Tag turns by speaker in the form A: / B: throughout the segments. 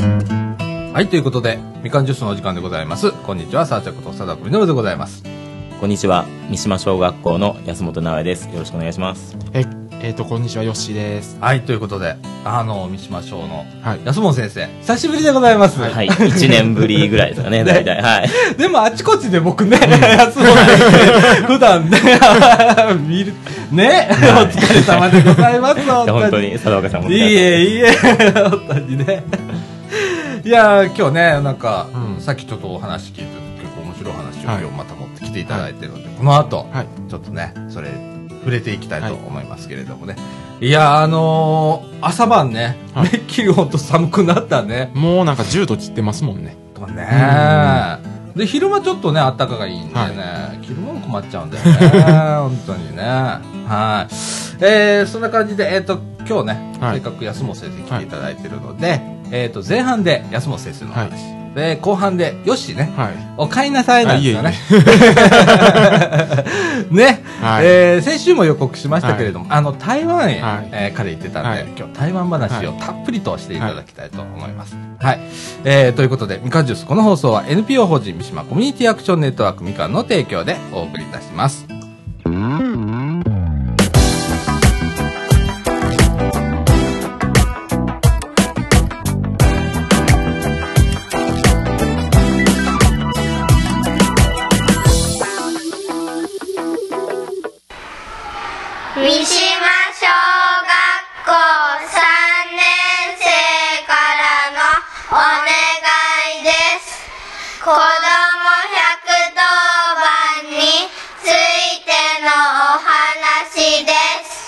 A: はい、ということで、みかんジュースのお時間でございます。こんにちは、さあちゃんことさだこみのぶでございます。
B: こんにちは三島小学校の安本直哉ですよろしくお願いします
C: え、えっ、と、こんにちは、ヨッシーです。
A: はい、ということで、あの、三島省の
C: はい。
A: 安本先生、久しぶりでございます。
B: はい1年ぶりぐらいですかね大体はい
A: でも、あちこちで僕ね、安本先生、普段ね、 見る、ね、お疲れ様でございます。
B: いや本当に佐藤岡さんもお
A: い
B: 疲
A: い
B: れ様
A: え、いいえ、本当にね。いやー、今日ね、なんか、
C: うん
A: さっきちょっとお話聞いて、結構面白い話を今
C: はい
A: 日また持ってきていただいてるので、この後、
C: はい。
A: ちょっとね、それ、触れていきたいと思いますけれどもね。い、やー、あのー朝晩ね、
C: はい
A: めっきりほんと寒くなったね。
C: もうなんか10度切ってますもんね。
A: とねで、昼間ちょっとね、あったかがいいんでね、着るもん困っちゃうんだよね。本 当にね。はい。えー、そんな感じで、えっ、と、今日ね、
C: はい
A: せっかく安本先生来ていただいてるので、えっ、と、前半で安本先生の話、で、後半で、よしね、
C: はい。
A: お帰りなさいなんですよね。 ね、
C: はい
A: えー先週も予告しましたけれども、あの台湾へ、
C: はい
A: えー彼行ってたんで、
C: はい
A: 今日台湾話をたっぷりとしていただきたいと思います。はい、えーということでみかんジュースこの放送は NPO 法人三島コミュニティアクションネットワークみかんの提供でお送りいたします。
D: 三島小学校3年生からのお願いです。子供110番についてのお話です。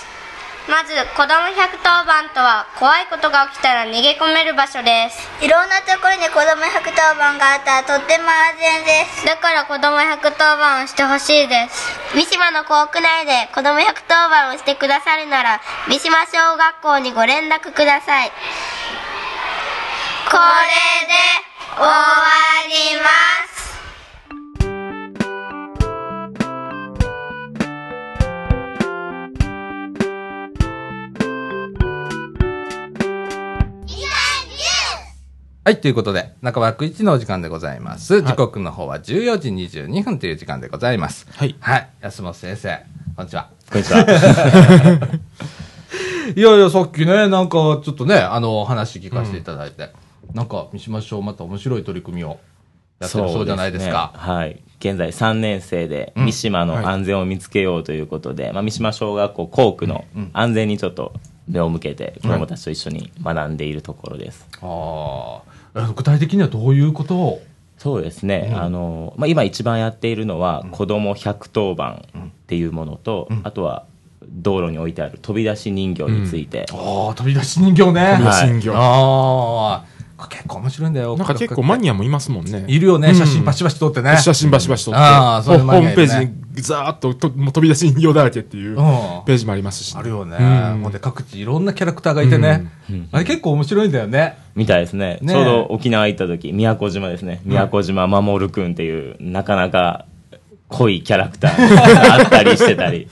D: まず、子供110番とは怖いことが起きたら逃げ込める場所です。
E: いろんなところに子供110番があったらとっても安全です。
D: だから子供110番をしてほしいです。
E: 三島の校区内で子供110番をしてくださるなら、三島小学校にご連絡ください。
D: これで終わります。
A: はい、ということで、中枠1のお時間でございます。時刻の方は14時22分という時間でございます。
C: はい
A: はい、安本先生、こんにちは。
B: こんにちは
A: いやいや、さっきね、なんか、ちょっとね、あの、話聞かせていただいて、なんか、三島省また面白い取り組みをやってる そうじゃないです
B: そう
A: か。
B: ねはい現在3年生で
A: ん
B: 三島の安全を見つけようということで、まあ、三島小学校校区の安全にちょっと目を向けて子どもたちと一緒に学んでいるところです、
A: ああ、具体的にはどういうことを
B: そうですね、あのまあ、今一番やっているのは子ども110番っていうものと、あとは道路に置いてある飛び出し人形について、
A: ああ、飛び出し人形ね。
C: 飛び出し人形
A: ああ、これ結構面白いんだよ。
C: なんか結構マニ
A: ア。
C: アもいますもんね。
A: いるよね、
C: うん
A: 写真バシバシ撮ってね。
C: 写真バシバシ撮って。
A: ああそういう
C: ホ
A: マニアい
C: ーム
A: る
C: ペ
A: ね
C: ージにザーっとともう飛び出し人形だらけっていう
A: う
C: ペ
A: ん。
C: ージもありますし、
A: あるよね。
C: うん
A: ほんで、各地いろんなキャラクターがいてね。あれ結構面白いんだよね。
B: みたいですね
A: ねえ
B: ちょうど沖縄行った時宮古島ですね宮古島守くんっていうなかなか濃いキャラクタ ーがあったりしてたり、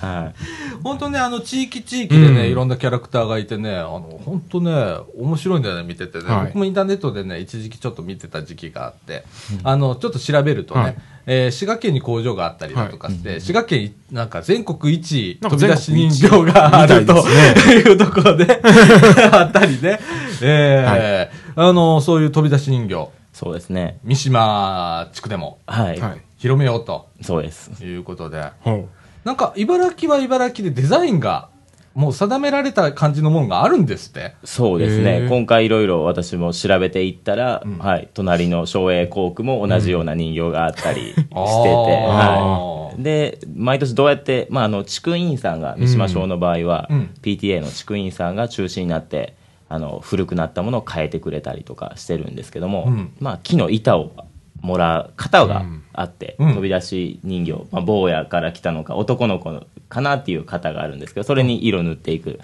B: はい、
A: 本当ね、あの、地域地域でね、
C: うん
A: いろんなキャラクターがいてね、あの、本当ね、面白いんだよね、見ててね。
C: はい
A: 僕もインターネットでね、一時期ちょっと見てた時期があって、あの、ちょっと調べるとね、
C: はい
A: えー滋賀県に工場があったりだとかして、滋賀県、なんか全国一
C: なんか
A: 飛び
C: 全
A: 出し
C: 国
A: 人形があ
C: 一
A: る
C: み
A: と
C: たいです
A: いうところで、あったりね、えーあの、そういう飛び出し人形、
B: そうですね
A: 三島地区でも
B: はい、
C: はい。
A: 広めようと
B: そうです
A: いうことで、
C: ほ
A: なんか、茨城は茨城でデザインが、もう定められた感じのものがあるんですって。
B: そうです
C: へ
B: ね
C: え
B: 今回いろいろ私も調べていったら、はい、隣の松栄校区も同じような人形があったりしてて、
A: あー
B: はい、で毎年どうやって、まあ、あの地区委員さんが三島省の場合は、
A: うん
B: PTA の地区委員さんが中心になってあの古くなったものを変えてくれたりとかしてるんですけども、
A: うん
B: まあ、木の板をもらう型があって、
A: うん
B: 飛び出し人形、まあ、坊やから来たのか男の子かなっていう型があるんですけどそれに色塗っていく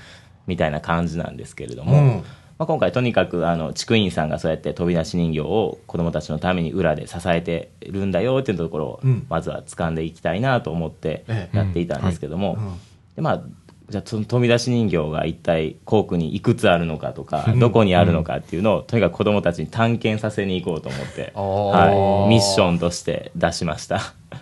B: みたいな感じなんですけれども。
A: うん
B: まあ、今回とにかくあの地区員さんがそうやって飛び出し人形を子どもたちのために裏で支えてるんだよっていうところを
A: うん
B: まずは掴んでいきたいなと思って
A: ええ
B: やっていたんですけども、
A: うん
B: でまあじゃあその飛び出し人形が一体校区にいくつあるのかとかどこにあるのかっていうのをとにかく子どもたちに探検させに行こうと思って、
A: おー
B: はい、ミッションとして出しました。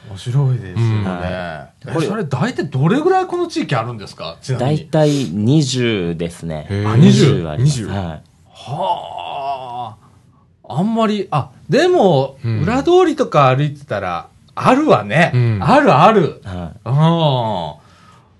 A: 面白いですよ
C: うん
A: ね。え
B: これ
A: それ大体どれぐらいこの地域あるんですかちなみ
B: 大
A: に。
B: 体20ですね。
C: へーあ
B: 20
C: 20
B: あります。
C: 20
B: はい
A: はあ。あんまり、あ、でも、
C: うん
A: 裏通りとか歩いてたら、あるわね。
C: うん
A: あるある。
B: は
A: あ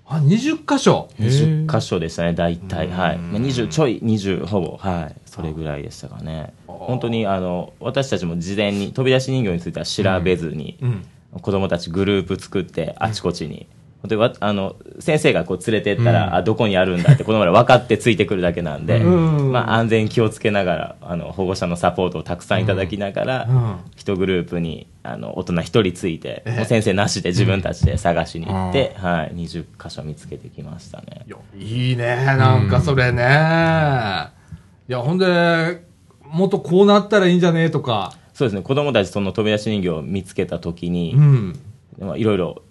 A: あ。あ、20箇所。
B: い、
C: へー
B: 20箇所でしたね、大体。はい。
A: うん
B: まあ、20ちょい、20ほぼ。はい。それぐらいでしたかね。本当に、あの、私たちも事前に、飛び出し人形については調べずに、
A: うん。
B: 子供たちグループ作って、あちこちに。本当にわあの先生がこう連れてったら、あどこにあるんだってこのまで分かってついてくるだけなんで、
A: うん
B: まあ、安全気をつけながらあの保護者のサポートをたくさんいただきながら、
A: うん。
B: 一グループにあの大人一人ついて、
A: ええ
B: もう先生なしで自分たちで探しに行って、はい、20箇所見つけてきましたね。
A: よいいね、なんかそれね。いや、ほんで、もっとこうなったらいいんじゃねえとか。
B: そうですね子供たちその飛び出し人形を見つけた時に
A: うん。
B: まあいろいろ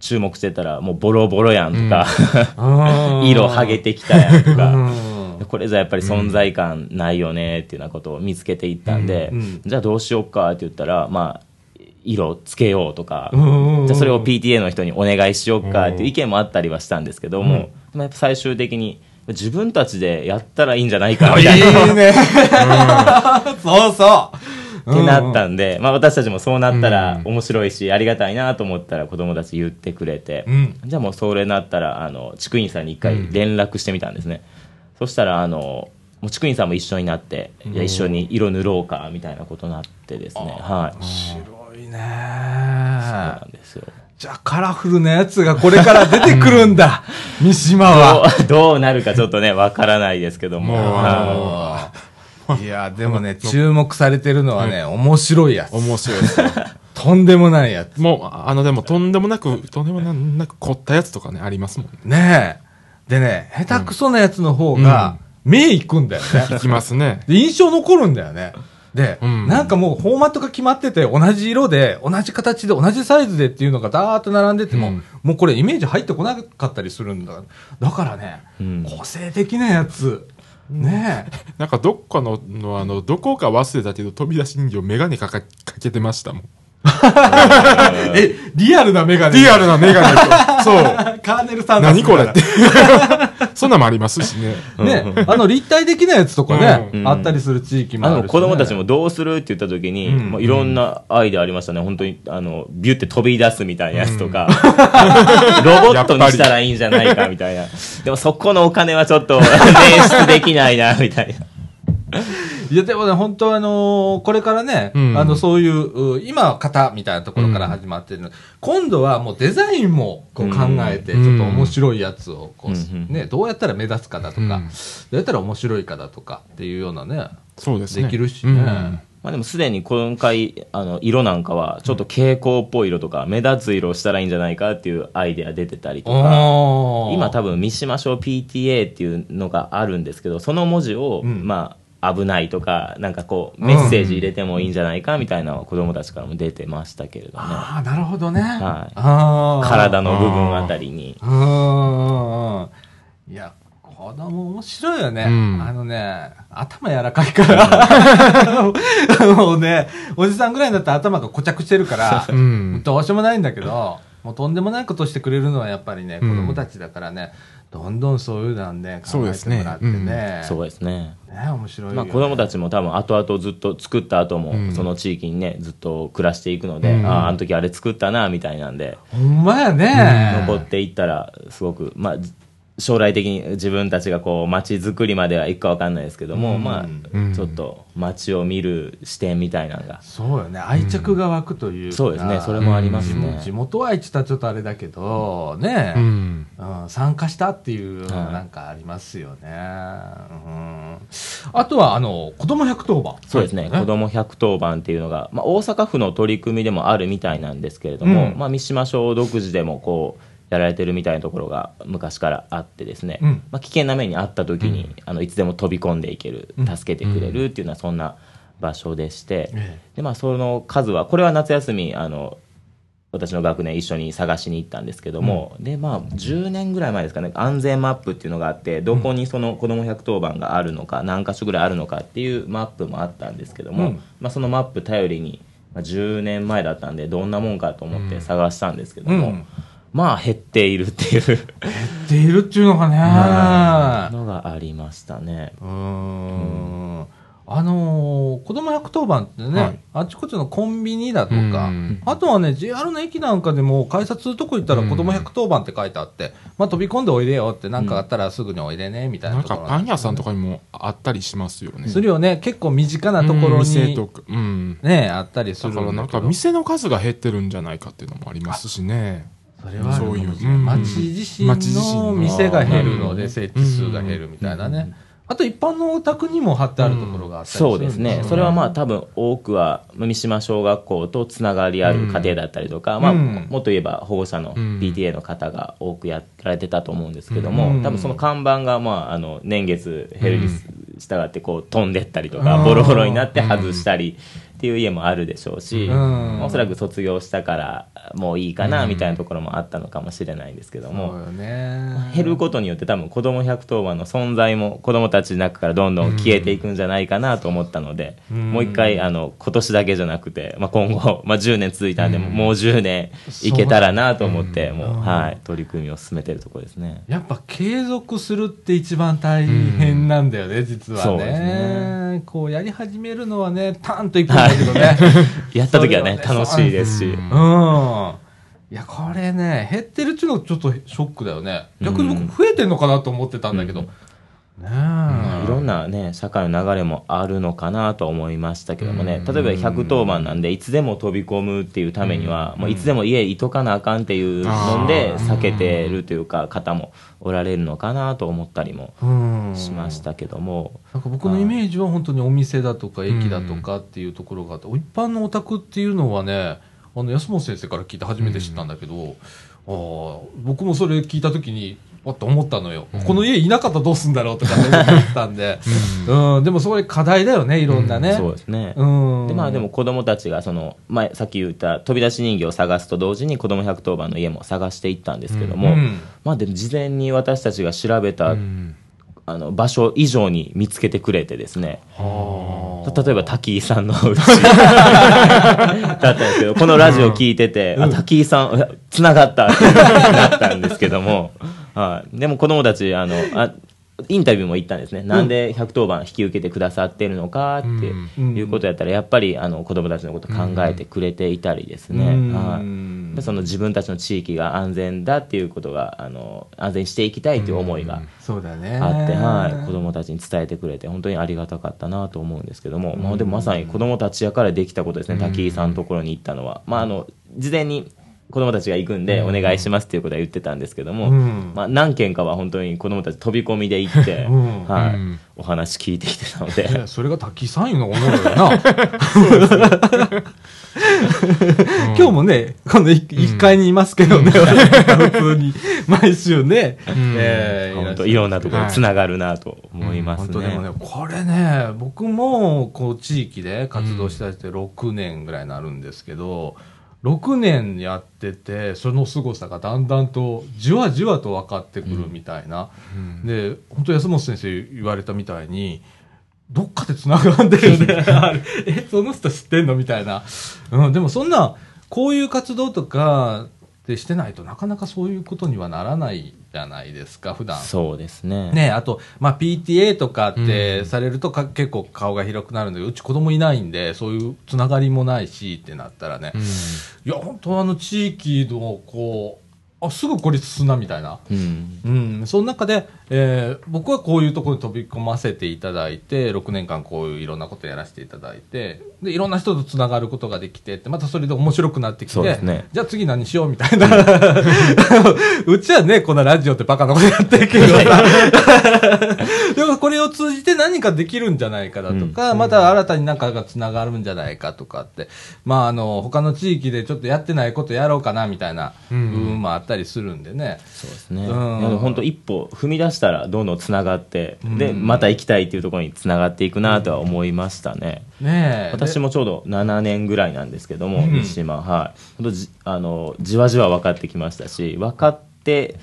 B: 注目してたらもうボロボロやんと か、色
A: 色
B: はげてきたやんと
A: う
B: か。
A: ん。
B: これじゃやっぱり存在感ないよねっていうようなことを見つけていったんで、
A: うんうん
B: じゃあどうしようかって言ったらまあ色つけようとか、
A: うん
B: じゃあそれを PTA の人にお願いしようかっていう意見もあったりはしたんですけども、でもやっぱ最終的に自分たちでやったらいいんじゃないかみ
A: いい
B: たいな。っ
A: ね。そうそう。
B: てなったんで、まあ私たちもそうなったら面白いし、ありがたいなと思ったら子供たち言ってくれて、
A: うん
B: じゃあもうそれなったら、あの、地区員さんに一回連絡してみたんですね。そしたら、あの、もう地区員さんも一緒になって、じゃあ一緒に色塗ろうか、みたいなことになってですね。はい。そ
A: 白いうね
B: なんですよ。
A: じゃあカラフルなやつがこれから出てくるんだ。三島は。
B: どうどうなるかちょっとね、わからないですけども。
C: もう
B: はい
A: いや、でもね、注目されてるのはね、面白いやつ。
C: 面白いですね。
A: とんでもないやつ。
C: もう、あの、でも、とんでもなく、とんでもなく凝ったやつとかね、ありますもんね。
A: ねえ。でね、下手くそなやつの方が、目いくんだよね。
C: いきま すね。
A: で、印象残るんだよね。で、
C: うん
A: なんかもうフォーマットが決まってて、同じ色で、同じ形で、同じサイズでっていうのがダーッと並んでても、
C: うん
A: もうこれイメージ入ってこなかったりするんだ。だからね、
B: うん
A: 個性的なやつ。ねえ。
C: なんか、どっかの、のあの、どこか忘れたけど、飛び出し人形、メガネかかかけてましたもん。
A: え、リアルなメガネ。
C: リアルなメガネ と、そう。
A: な。カーネル・サンダース
C: 何
A: みた
C: こ
A: い
C: れ
A: な。
C: って。 そんなんもありますしね。
A: ね、あの立体的なやつとかね、
B: うん
A: あったりする地域も
B: あ
A: あ
B: の
A: るし、ね。
B: 子供たちもどうするって言った時に、
A: うん
B: まあ、いろんなアイデアありましたね本当にあのビュって飛び出すみたいなやつ とか、ロボットにしたらいいんじゃないかみた いなでもそこのお金はちょっと捻出できないなみたいない
A: や、でもね、本当あのーこれからね、
C: うん
A: あの、そういう、う今は型みたいなところから始まってるの、今度はもうデザインもこう考えて、ち
C: う
A: ょ
C: ん
A: っと面白いやつを、こう、
B: うん
A: ね、どうやったら目立つかだとか、
C: うん
A: どうやったら面白いかだとかっていうようなね、
C: そうですね。
A: できるしね。
C: うん
B: まあでもすでに今回あの色なんかはちょっと蛍光っぽい色とか目立つ色をしたらいいんじゃないかっていうアイデア出てたりとか
A: おー
B: 今多分三島小 PTA っていうのがあるんですけどその文字を、
A: うん
B: まあ危ないとかなんかこうメッセージ入れてもいいんじゃないかみたいなのは子供たちからも出てましたけれどね、
A: ああ、なるほどね。
B: はい
A: あー
B: 体の部分あたりに
A: うーん。いや、子供面白いよね。
C: うん
A: あのね、頭柔らかいから。もうね、おじさんぐらいになったら頭が固着してるから、
C: うん
A: どうしようもないんだけど、もうとんでもないことしてくれるのはやっぱりね、子
C: うん
A: 供たちだからね、どんどんそういうのはね、
C: そ
A: 考
C: う
A: え
C: です
A: て
C: ね
A: もらってね。
B: そうですね
A: ね、面白いよ、ね。
B: まあ、子供たちも多分後々ずっと作った後
C: う
B: も
C: ん
B: その地域にねずっと暮らしていくので、
C: うん
B: あああの時あれ作ったなみたいなんで
A: ほんまやね。
B: 残っていったらすごくまあじ将来的に自分たちがこう街づくりまではいくかわかんないですけども、まあ
C: うん
B: ちょっと街を見る視点みたいなのが
A: そうよね愛着が湧くというか、
B: そうですねそれもありますね
A: うん地元は愛知とはちょっとあれだけどね、
C: うん。
A: うん、参加したっていうの
B: は
A: が
B: い
A: なんかありますよね。うん、あとは、あの、子供110番。
B: そうですね、子ども110番っていうのが、まあ、大阪府の取り組みでもあるみたいなんですけれども、
A: うん
B: まあ、三島省独自でもこうやられてるみたいなところが昔からあってですね、
A: うん
B: まあ、危険な目にあった時に、あのいつでも飛び込んでいける
A: うん
B: 助けてくれるっていうのはそんな場所でして、
A: ええ
B: でまあ、その数はこれは夏休みあの私の学年一緒に探しに行ったんですけども、でまあ10年ぐらい前ですかね安全マップっていうのがあってどこにその子ども110番があるのか何箇所ぐらいあるのかっていうマップもあったんですけども、
A: うん
B: まあ、そのマップ頼りにまあ10年前だったんでどんなもんかと思って探したんですけども、
A: うん
B: まあ減っているっていう
A: ているっていうのがね、
B: のがありましたね。
A: うーんあのー子供110番ってね、
C: はい
A: あちこちのコンビニだとか
C: うん、
A: あとはね、JR の駅なんかでも、改札するとこ行ったら
C: うん
A: 子供110番って書いてあって、まあ飛び込んでおいでよって、なんかあったらすぐにおいでね、みたい
C: な
A: なんとこ
C: か
A: ろ。
C: パン屋さんとかにもあったりしますよね。
A: するよね、結構身近なとこ
C: うん
A: ろ
C: 店
A: に、
C: とか。うん。
A: ね、あったりす
C: だ
A: るん
C: か
A: だけ
C: ら
A: ど。
C: なんか店の数が減ってるんじゃないかっていうのもありますしね。
A: それはあるかもしれない
C: そういううん
A: 町自身
C: 町自身
A: の
C: の
A: 店が減るの
C: う
A: で
C: ん
A: 設置数が減るみたいなね、あと一般のお宅にも貼ってあるところがあったりする
B: そうですね、それはまあ多分多くは三島小学校とつながりある家庭だったりとか、まあ、
A: うん
B: もっと言えば保護者の
C: うん
B: PTA の方が多くやられてたと思うんですけども、
A: うん
B: 多分その看板が、まあ、あの年月減るに従ってこう飛んでったりとか、
A: うん
B: ボロボロになって外したりっていう家もあるでしょうし、
A: うん
B: おそらく卒業したからもういいかなみたいなところもあったのかもしれないんですけども。
A: そうよね
B: 減ることによって多分子ども110番の存在も子どもたちの中からどんどん消えていくんじゃないかなと思ったので、
A: ん
B: もう一回あの今年だけじゃなくて、まあ、今後、 まあ、10年続いたんで、もう10年いけたらなと思ってもう、はい、取り組みを進めてるところですね。
A: やっぱ継続するって一番大変なんだよね、実は
B: そうです
A: ねこうやり始めるのはねターンといくんだけど ね、
B: やった時はね
A: そうよね
B: 楽しいですし、
C: うん
A: うんいやこれね減ってるっていうのはちょっとショックだよね逆に僕増えてんのかなと思ってたんだけど、
B: うん
A: ね
B: まあ
A: え
B: いろんなね社会の流れもあるのかなと思いましたけどもね例えば110番なんでいつでも飛び込むっていうためにはもういつでも家いとかなあかんっていうので
C: あ
B: 避
C: ー
B: けてるというか方もおられるのかなと思ったりも
A: うん
B: しましたけども
A: なんか僕のイメージは本当にお店だとか駅だとかっていうところがあって、一般のお宅っていうのはねあの安本先生から聞いて初めて知ったんだけど、あー僕もそれ聞いた時にわっと思ったのよ、この家いなかったらどうすんだろうとかね思ったんで、うんでもそれ課題だよねいろんなね、
B: そうですね
A: うん
B: でまあでも子供たちがその前さっき言った飛び出し人形を探すと同時に子供110番の家も探していったんですけども、
A: うん
B: まあでも事前に私たちが調べた
C: うん
B: あの場所以上に見つけてくれてですね、
A: は
B: 例えば滝井さんの うちだったんですけど、このラジオ聞いてて、あ滝井さん、つながったってなったんですけども、 はい、でも子供たち、あの、あインタビューも行ったんですね。なんで110番引き受けてくださってるのかって
A: うん
B: いうことやったら、やっぱりあの子供たちのこと考えてくれていたりですね。
A: うん
B: はいでその自分たちの地域が安全だっていうことが、あの、安全にしていきたいという思いが
A: そうだね
B: あって、はい、子供たちに伝えてくれて本当にありがたかったなと思うんですけども、まあ、でもまさに子供たちやからできたことですね、滝井さんのところに行ったのは、まあ、あの事前に子供たちが行くんでお願いしますっていうことは言ってたんですけども、
A: うん
B: まあ、何件かは本当に子供たち飛び込みで行っ て、
A: うん
B: はい
C: うん
B: お話聞いてきてたので
A: い やそれが滝さんいうのがおもろいよな今日もね、この1階にいますけどね、普通に、毎週ね、えー
B: 本当いろんなところにつながるなと思いま
A: 本
B: すね。
A: 当でもね、これね、僕も、こう、地域で活動したりして6年ぐらいになるんですけど、6年やってて、その凄さがだんだんと、じわじわと分かってくるみたいな。で、本当安本先生言われたみたいに、どっかで繋がんだよ ね。あれ え、その人知ってんのみたいな。うん、でもそんな、こういう活動とか、でしてないとなかなかそういうことにはならないじゃないですか、普段。
B: そうですね
A: ね、あと、まあ、PTA とかっ
C: う
A: て
C: ん
A: されるとか、結構顔が広くなるんだけど、うち子供いないんで、そういうつながりもないしってなったらね、いや、本当あの地域の、こう、あ、すぐ孤立すんなみたいな。
B: うん
A: うん、その中で、えー僕はこういうところに飛び込ませていただいて、6年間こういういろんなことやらせていただいて、で、いろんな人とつながることができてって、またそれで面白くなってき
B: そうで
A: て、
B: すね
A: じゃあ次何しようみたいな。 うちはね、こんなラジオってバカなことやってるけど さ、でもこれを通じて何かできるんじゃないかだとか、また新たに何かがつながるんじゃないかとかって、まああの、他の地域でちょっとやってないことやろうかなみたいな、うん
C: ん
A: ももあったりするんでね。
B: そうですね。
A: うん
B: でも本当一歩踏み出したらどんどんつながって、で、また行きたいっていうところにつながっていくなとは思いましたね。
A: ねえ。
B: 私もちょうど7年ぐらいなんですけども、
A: うん
B: 三島、はい。本当じ、あの、じわじわ分かってきましたし、分かって、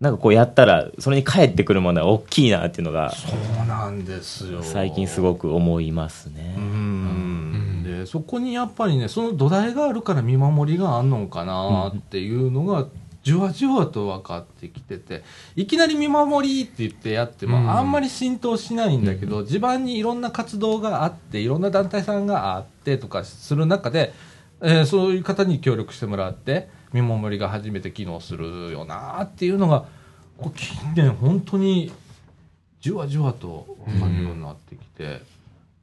B: なんかこうやったら、それに返ってくるものは大きいなっていうのが、
A: で。そうなんですよ。
B: 最近すごく思いますね。
A: うんでそこにやっぱりねその土台があるから見守りがあんのかなっていうのがじわじわと分かってきてていきなり見守りって言ってやって
C: うん
A: もあんまり浸透しないんだけど地盤にいろんな活動があっていろんな団体さんがあってとかする中で、えーそういう方に協力してもらって見守りが初めて機能するよなっていうのがこう近年本当にじわじわと分かるようになってきて。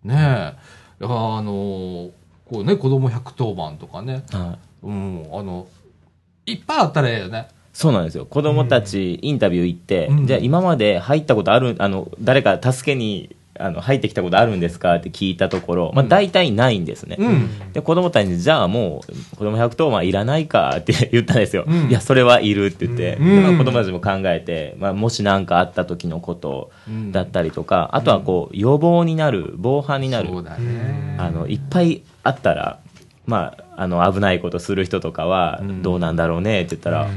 A: ねえ、だからあのこうね、子供110番とかね、
B: はい
A: うん、あの、いっぱいあったらええよね。
B: そうなんですよ子供たちインタビュー行って、
A: うん
B: じゃあ今まで入ったことあるあの誰か助けにあの入ってきたことあるんですかって聞いたところ、まあ、
A: うん
B: 大体ないんですね、
A: うん。
B: で子供たちにじゃあもう子供110番いらないかって言ったんですよ、
A: うん
B: いやそれはいるって言って、
A: うん
B: でまあ子供たちも考えて、まあ、もし何かあった時のこと
A: うん
B: だったりとか、あとはこう予防になる防犯になる
A: そうだね。
B: あのいっぱいあったら、まあ、あの危ないことする人とかは
A: ん
B: どうなんだろうねって言ったら、あ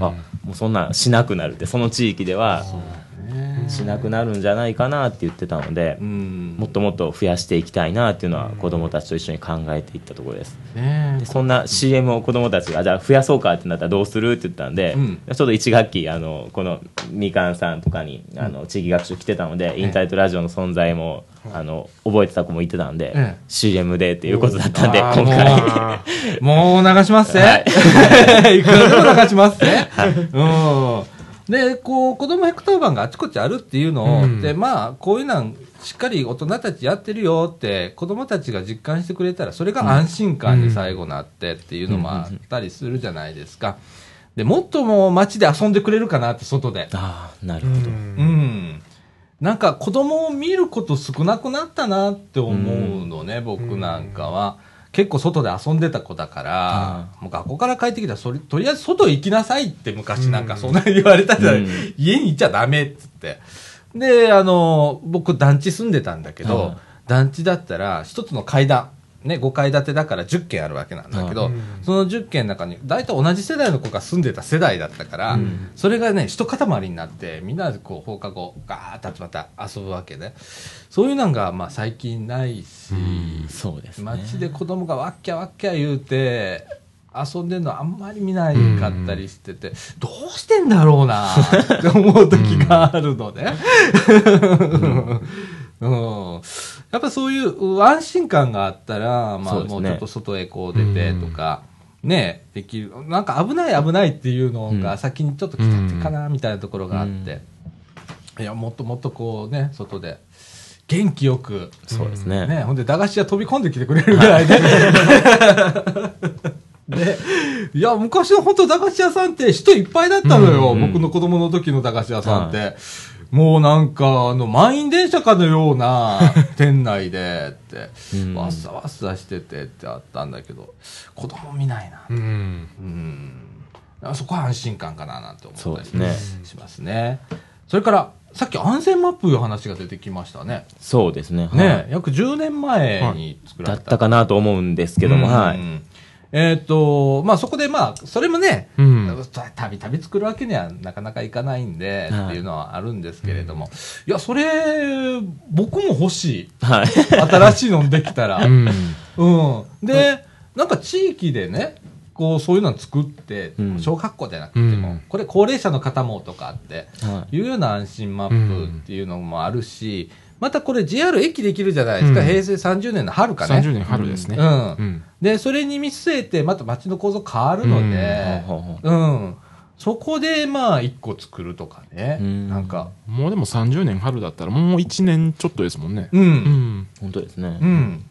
B: もうそんなんしなくなるってその地域ではしなくなるんじゃないかなって言ってたので、
A: うん。
B: もっともっと増やしていきたいなっていうのは子どもたちと一緒に考えていったところです。
A: ね
B: でそんな CM を子供たちが、じゃあ増やそうかってなったらどうするって言ったんで、
A: うん
B: ちょうど1学期、あの、このみかんさんとかに、あの、地域学習来てたので、インターネットラジオの存在も、あの、覚えてた子も言ってたんで、
A: ええ
B: CM でっていうことだったんで、
A: あ
B: 今
A: ー
B: 回。
C: あー
A: え もう流しますね。 い、くらでも流しますね。うん。で、こう、子供110番があちこちあるっていうのを、
C: うん
A: で、まあ、こういうなん、しっかり大人たちやってるよって、子供たちが実感してくれたら、それが安心感に最後なってっていうのもあったりするじゃないですか。で、もっともう街で遊んでくれるかなって、外で。
B: ああ、なるほど。
A: うん。なんか子供を見ること少なくなったなって思うのね、僕なんかは。結構外で遊んでた子だから、もう学校から帰ってきたら、それ、とりあえず外行きなさいって昔なんかそんなに言われたじゃない、
B: うん
A: 家に行っちゃダメっつって。で、あの、僕団地住んでたんだけど、
B: はい
A: 団地だったら一つの階段、ね、5階建てだから10軒あるわけなんだけど、その10軒の中に大体同じ世代の子が住んでた世代だったから、それがね一塊になってみんなでこう放課後ガーッと集まって遊ぶわけでそういうのがまあ最近ないし、
B: そうですね。
A: 街で子供がわっきゃわっきゃ言うて遊んでるのあんまり見ないかったりしてて、どうしてんだろうなって思う時があるのね。うんやっぱそういう安心感があったら、まあ
B: そうです
A: も
B: ね
A: うちょっと外へこう出てとか、ね、できる。なんか危ない危ないっていうのが先にちょっと来たってかなみたいなところがあって、いや、もっともっとこうね、外で元気よく
B: そうですね。
A: ね、ほんで駄菓子屋飛び込んできてくれるぐらいで。 で、いや、昔の本当駄菓子屋さんって人いっぱいだったのよ。僕の子供の時の駄菓子屋さんって。もうなんか、あの、満員電車かのような 店内でって、
B: うん
A: わっさわっさしててってあったんだけど、子供見ないな。
C: うん
A: うん。あそこは安心感かななんて思
B: そう
A: った
B: です
A: り
B: ね。
A: しますね。それから、さっき安全マップいう話が出てきましたね。
B: そうですね。はい
A: ね、約10年前に作ら
B: だ
A: れ
B: ったかなと思うんですけども、は
A: う
B: い。
A: んえっ、と、まあそこでまあ、それもね、
C: うん
A: たたびたび作るわけにはなかなかいかないんで、
B: はい
A: っていうのはあるんですけれども、いや、それ、僕も欲しい。
B: はい。
A: 新しいのできたら。
C: う
A: うん。
C: ん
A: で、なんか地域でね、こう、そういうの作って
B: う、ん
A: 小学校じゃなくても、
C: うん
A: これ高齢者の方もとかあって、
B: は
A: いうような安心マップっていうのもあるし、またこれ JR 駅できるじゃないですか、
C: うん
A: 平成30年の春かね。
C: 30年春ですね。
A: うん
C: うん
A: で、それに見据えて、また街の構造変わるので
B: い、ほうほうほ
A: うん、そこで、まあ、一個作るとかね、
B: うん
A: なんか、
C: もうでも30年春だったらもう1年ちょっとですもんね。
A: う、
C: うんん。
B: う本当ですね
A: う。ん。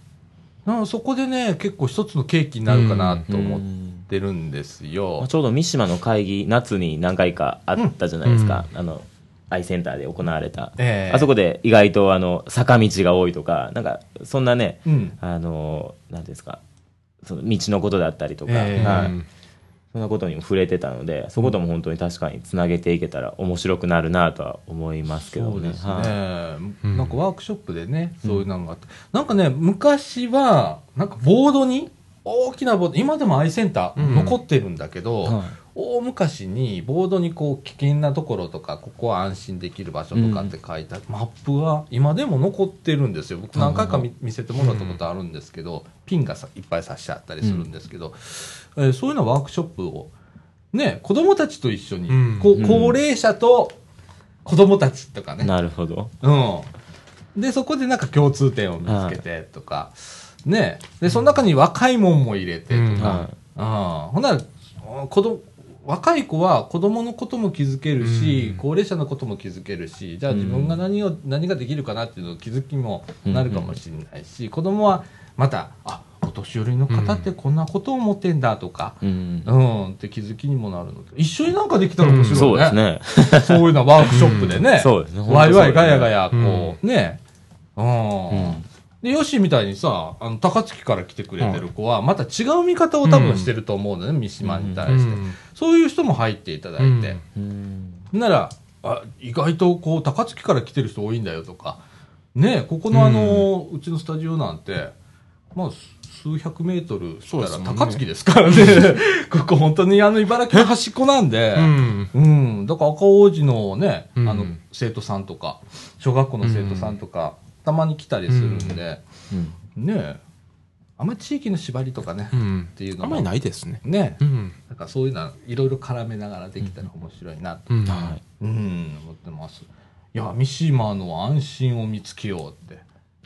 A: なんかそこでね、結構一つのケーキになるかなと思ってるんです
B: まあ
A: よ。
B: ちょうど三島の会議、夏に何回かあったじゃないですか、あのアイセンターで行われた、
A: ええ
B: あそこで意外とあの坂道が多いとか、なんかそんなね、
A: うん
B: あのなんていうんですか、その道のことだったりとか、
A: ええ
B: はい
C: うん
B: そんなことにも触れてたので、そことも本当に確かにつなげていけたら面白くなるなとは思いますけどね。
A: そうですね、
B: はい
C: うん
A: なんかワークショップでね、そういうのがあって。なんかね、昔は、なんかボードに、大きなボード、今でもアイセンター
C: うん
A: 残ってるんだけど、
B: はい
A: 大昔にボードにこう危険なところとか、ここは安心できる場所とかって書いた、マップは今でも残ってるんですよ。僕何回か見見せてもらったことあるんですけど、ピンがさいっぱい刺してあったりするんですけど、えーそういうのワークショップを、ね、子供たちと一緒に、
C: うん
A: こ
B: うん
A: 高齢者と子供たちとかね、
B: なるほど。
A: うん。で、そこでなんか共通点を見つけてとか、ね。で、その中に若いもんも入れてとか、う
B: は
A: ん。ほんなら、子供、若い子は子供のことも気づけるし、
C: うん
A: 高齢者のことも気づけるし、じゃあ自分が何を、何ができるかなっていうのを気づきもなるかもしれないし、子供はまた、あ、お年寄りの方ってこんなことを思ってんだとか、
B: い。うん
A: う。ん、って気づきにもなるので、一緒になんかできたら面白いね。
B: そうですね。
A: そういうのはワークショップでね、
B: うんそうですね
A: ワイワイガヤガヤ、こう、ね、う
B: うん
A: ん。で、ヨッシーみたいにさ、あの、高槻から来てくれてる子は、また違う見方を多分してると思うのね、三島に対して。そういう人も入っていただいて。
B: うん
A: なら、あ、意外とこう、高槻から来てる人多いんだよとか、ね、ここのあの、うちのスタジオなんて、まあ、数百メートルした
C: そうで
A: ら
C: すもんね
A: 高槻ですからね。ここ本当にあの、茨城の端っこなんで、
C: うん。
A: うん、だから赤王子のね、
C: うん
A: あの生徒さんとか小学校の生徒さんとか、たまに来たりするんで、
B: うん
A: ねえあんまり地域の縛りとかね、
C: う
A: っ
C: ん。
A: ていうの
C: あん
A: も
C: まりないですね。
A: ね
C: うん。
A: なんかそういうのいろいろ絡めながらできたら面白いなと、
C: うん。
B: はい。
A: うん思ってますいや三島の安心を見つけようって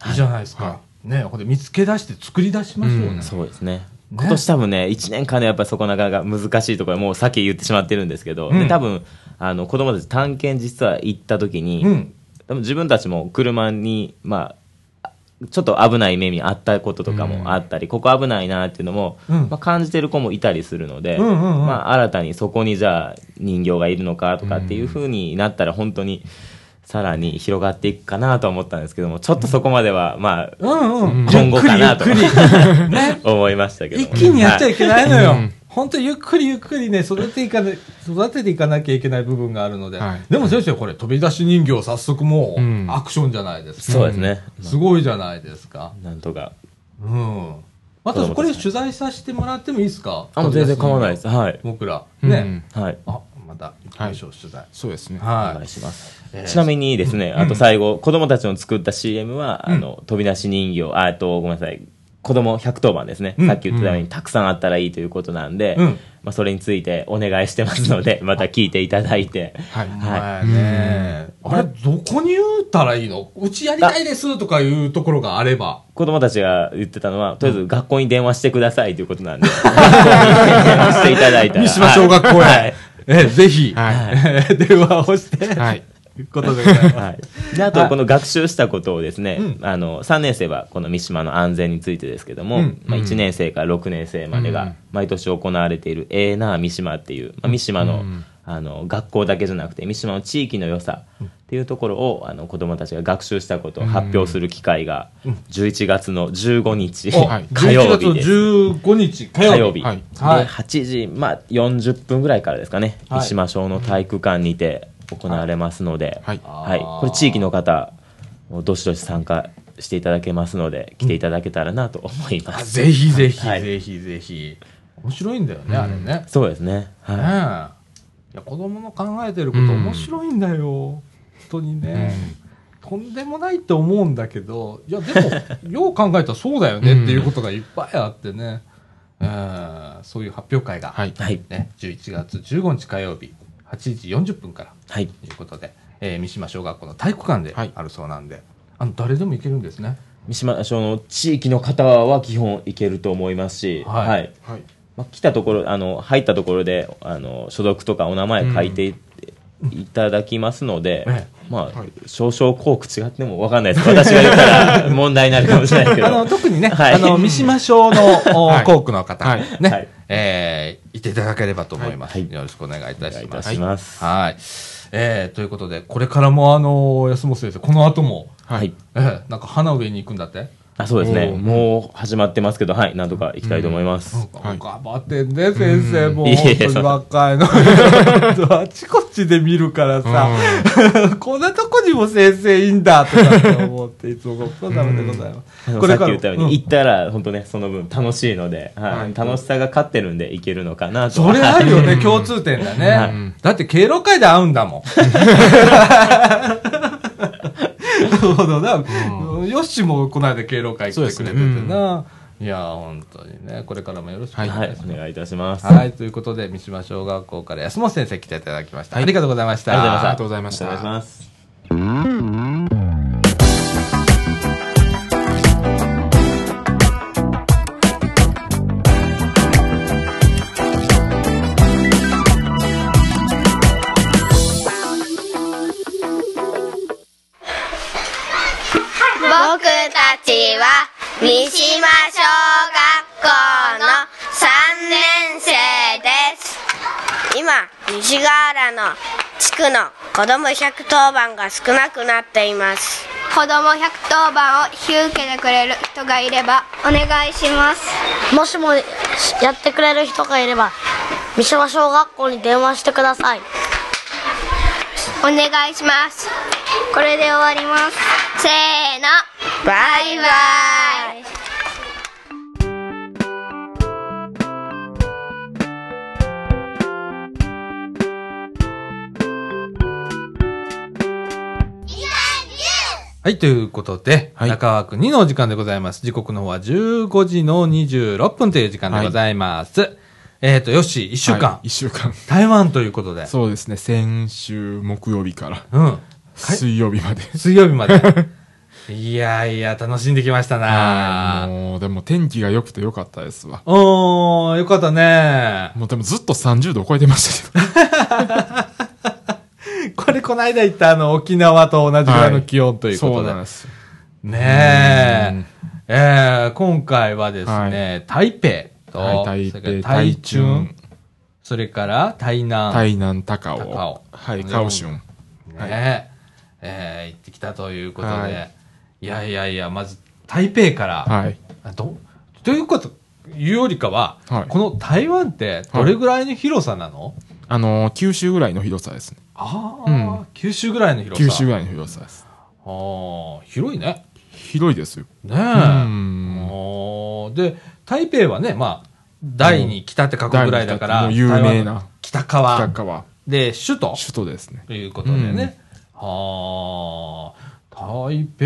A: いいじゃないですか、
C: は
A: ねえこれ見つけ出して作り出しましょうね、
C: うん
B: そうですね。今年多分ね、1年間でやっぱりそこなかなか難しいところ、もうさっき言ってしまってるんですけど、
A: うん
B: で多分、あの、子供たち探検実は行った時に、
A: うん
B: 多分自分たちも車に、まあ、ちょっと危ない目にあったこととかもあったり、ここ危ないなっていうのも、
A: うん
B: まあ、感じてる子もいたりするので、
A: うんうんうん
B: まあ、新たにそこにじゃあ人形がいるのかとかっていうふうになったら本当にさらに広がっていくかなとは思ったんですけどもちょっとそこまではまあ
A: うんうん
B: 今後かなと
A: ゆっくりゆっくりね
B: 思いましたけど
A: 一
B: も
A: 気にやっちゃいけないの
C: う
A: よ
C: ん。
A: 本当ゆっくりゆっくりね、育てていかな、育てていかなきゃいけない部分があるので。
C: はい
A: でも先生、これ飛び出し人形早速もう
C: うん
A: アクションじゃないですか。
B: そうですね、
A: すごいじゃないですか。
B: なんとか
A: うん。またこれ取材させてもらってもいいですか
B: あもう全然構わないです。はい
A: 僕ら。
C: うん
A: ね。。
B: はい
A: あ、また行きましょう、取材。
C: そうですね。
B: お
A: は
B: 願
A: い
B: い。します、
A: えー
B: ちなみにですね、あと最後、子供たちの作った CM は、あの、飛び出し人形、あ、えっと、ごめんなさい、子供110番ですね、
A: うん
B: さっき言ったように、たくさんあったらいいということなんで、
A: うん
B: まあ、それについてお願いしてますので、また聞いていただいて、
C: はい。
A: お前ね、あれ、どこに言うたらいいのうちやりたいですとかいうところがあれば。
B: 子供たちが言ってたのは、とりあえず学校に電話してくださいということなんで、学校に電話していただいたら。
A: 三島小学校
B: は
A: へ
B: い。
A: え、ぜひ、
C: は
A: え 電話をして、
C: はい。
A: ということでございます。
B: はい、であとこの学習したことをですね、
A: うん
B: あの3年生はこの三島の安全についてですけども、
A: うん
B: まあ、1年生から6年生まで
C: う
B: が
C: ん
B: 毎年行われている「ええなあ三島」っていう、まあ、三島の,、
C: うん
B: あの学校だけじゃなくて三島の地域の良さっていうところをあの子どもたちが学習したことを発表する機会が11月の15日、
A: お
C: はい
B: 火曜日
A: 11
B: です。
A: 月15日火曜日。
B: 火曜日、
C: はい
A: はい
B: で8時、まあ、40分ぐらいからですかね、
A: はい
B: 三島小の体育館にて行われますので、
C: はい
B: はい、
A: あー
B: これ地域の方どしどし参加していただけますので来ていただけたらなと思いま
A: あ
B: す、
A: ぜひぜひ、
B: はい
A: ぜひぜひ。面白いんだよね、あれね。ね
B: そうですね
A: え。い
B: は
A: や、子供の考えてること面白いんだよ。本当にね。とんでもないって思うんだけど、いや、で も、よう考えたらそうだよねっていうことがいっぱいあってね。うんそういう発表会が、
C: はい
B: い、。はい
A: ね、11月15日火曜日、8時40分から
B: はい、
A: ということで、えー三島小学校の体育館で
C: はい
A: あるそうなんで、あの誰でも行けるんですね。
B: 三島小の地域の方は基本行けると思いますし、
A: はい
C: はい。
B: まあ、来たところあの入ったところであの所属とかお名前書いてい,、ただきますので、
A: え
B: まあ
C: はい
B: 少々効果違っても分かんないです私が言ったら問題になるかもしれないけ ど
A: あの特にね、
B: はい
A: あ の三島省のお
C: はい
A: 校区の方、
C: はい
A: ね、
B: はい
A: えーいていただければと思います、
B: はい
A: よろしくお願いいた
B: お願い
A: し
B: い
A: ま
B: た
A: す。
B: します、
A: はい、えーということで、これからもあの安本先生、この後も、
C: はい。
A: えーなんか花植えに行くんだって。
B: あそうですね
C: おー
B: もう始まってますけどはいなんとか行きたいと思います、
C: はい
A: 頑張ってんね、先生も。
B: いえい
A: 本
B: え
A: 当に若いの。あちこちで見るからさ、 こんなとこにも先生いいんだとかって思って、いつもご苦労様でございます。
B: あの
A: こ
B: さ
A: れ
B: っき
A: から
B: 言ったように、
A: うん
B: 行ったら本当ねその分楽しいので、はい
A: はい
B: 楽しさが勝ってるんでいけるのかなと
A: それあるよね、共通点だ
B: は
A: ね。だって、敬老会で会うんだもん。 なるほどな。よっしもこの間敬老会来てくれてて
C: そうですね
A: な。いや、本当にね、これからもよろしくお願いし
B: は
A: ま
B: い
A: す。
B: お願いいたします、
A: はい、ということで、三島小学校から安本先生来ていただきました。ありがとうございました。
B: ありがとうございました
C: ありがとうございまし。
B: お願いしたます
D: 僕たちは三島小学校の3年生です今西河原の地区の子供110番が少なくなっています
E: 子供110番を引き受けてくれる人がいればお願いします
F: もしもやってくれる人がいれば三島小学校に電話してください
E: お願いしますこれで終わりますせーの
D: バイバイ
A: はい、ということで、
C: はい
A: 中枠2のお時間でございます。時刻の方は15時の26分という時間でございます。えっ、と、よし、1週間、
C: はい一週間。
A: 台湾ということで、
C: そうですね。先週木曜日から
A: うん、
C: 水曜日まで。
A: 水曜日まで。いやいや、楽しんできました
C: はい
A: な
C: もうでも天気が良くて良かったですわ。
A: おー、よかったね
C: もうでもずっと30度超えてましたけど。
A: これ、この間行ったあの、沖縄と同じぐらいの気温ということ
C: そう
A: で。
C: なんですよ。
A: ねえ。えー今回はですね、台北と、
C: はい
A: そ
C: 台
A: れから
C: 北、
A: 台
C: 台
A: 中
C: 中、
A: それから台南。
C: 台南高
A: 高尾
C: 尾。はい、
A: うん
C: 高尾市ン
A: ねええー行ってきたということで、
C: はい
A: い、やいやいや、まず台北から、
C: はい。
A: あどということ、いうよりかは、
C: はい
A: この台湾ってどれぐらいの広さなの、
C: あのー、九州ぐらいの広さですね。
A: ああ、九州ぐらいの広
C: 九
A: さ。
C: 州ぐらいの広さです。
A: あー広いね。
C: 広いですよ。
A: ねえ。
C: ん
A: おーで、台北はね、まあ、第二北って書くぐらいだから、
C: もう有名な
A: 台湾の北川
C: 北川、
A: で首都
C: 首都ですね。
A: ということでね。はあ、台北、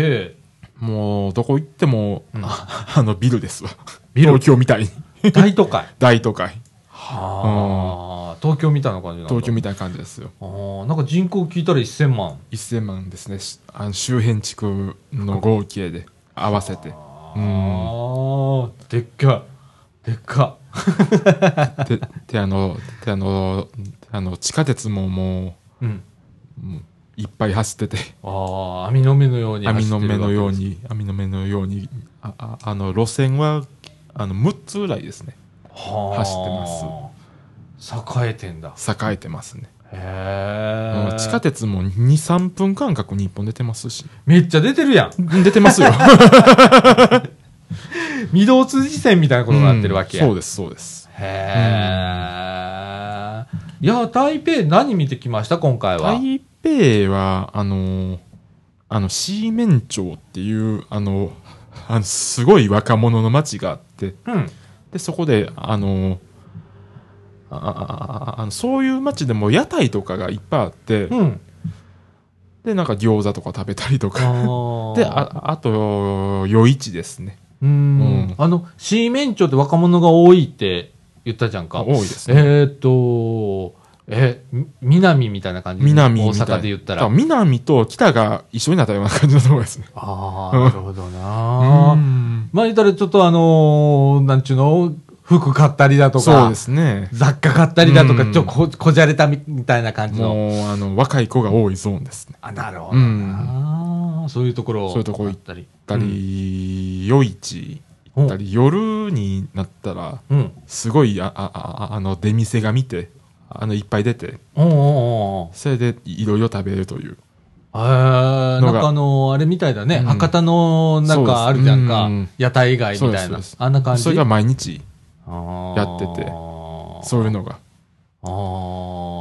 C: もう、どこ行っても、 ああの、ビルですわ。
A: ビル
C: 東京みたいに。
A: 大都 会。
C: 大都会。
A: はあ、東京みたいな感じなんだ
C: 東京みたいな感じですよ。
A: あーなんか人口聞いたら1000万。
C: 1000万ですね。しあの周辺地区の合計で、合わせて。うん。
A: ああ、でっかい。でっか
C: で、で、あの、で、あの、あの、地下鉄もも
A: い。うん。
C: う、もういっぱい走ってて、
A: ああ、網の目のように走っ
C: 網
A: てる
C: の
A: わけです
C: 目のよう。に、網の目のように、あ、ああの、路線は、あの、6つぐらいですね。
A: はあ
C: 走
A: ってます。栄えてんだ。
C: 栄えてますね。
A: へ
C: う
A: え。
C: ん地下鉄も2、3分間隔に1本出てますし。
A: めっちゃ出てるやん。
C: 出 てますよ。
A: 御堂筋線みたいなことになってるわけや。
C: そうです、そうです。
A: へえ。いや、台北何見てきました今回は。
C: 台北は、あのー、あの、シーメン町っていう、あの、あのすごい若者の街があって、
A: うん。
C: で、そこで、あのー、ああああのそういう街でも屋台とかがいっぱいあって、
A: うん。
C: で、なんか餃子とか食べたりとか。
A: あ
C: で、あ、あと、夜市ですね。
A: うーん
C: うん
A: あの、C 面長って若者が多いって言ったじゃんか。
C: 多いですね。
A: えーっと、え、み南みたいな感じ
C: 南
A: 大
C: みたい
A: 阪で言ったら。
C: だ
A: あ
C: ら南と北が一緒になったような感じのところですね。
A: あ
C: う
A: ー、
C: ん
A: なるほどな。
C: うん
A: まあ言ったらちょっとあのーなんちゅうの、服買ったりだとか。
C: そうですね。
A: 雑貨買ったりだとか、
C: うん
A: ちょっとここじゃれたみみたいな感じの。
C: もう、あの、若い子が多いゾーンですね。
A: あ、なるほ
C: う
A: ど
C: ん。
A: な。そういうところ
C: そういうとこ
A: 行っ
C: 行った
A: り。
C: 行ったり、夜市行ったり、夜になったら、
A: うん。
C: すごい、あ、あ、ああの、出店が見て、あの、いっぱい出て、
A: おうおうおう
C: それでいろいろ食べるという。
A: ああーなんか
C: のが
A: あの、あれみたいだね。
C: うん
A: 博多のなんかあるじゃんか。
C: そうです
A: 屋台以外みたい
C: そう
A: な
C: です。
A: あんな感じ。
C: それが毎日
A: や
C: やっててそういうのが
A: あ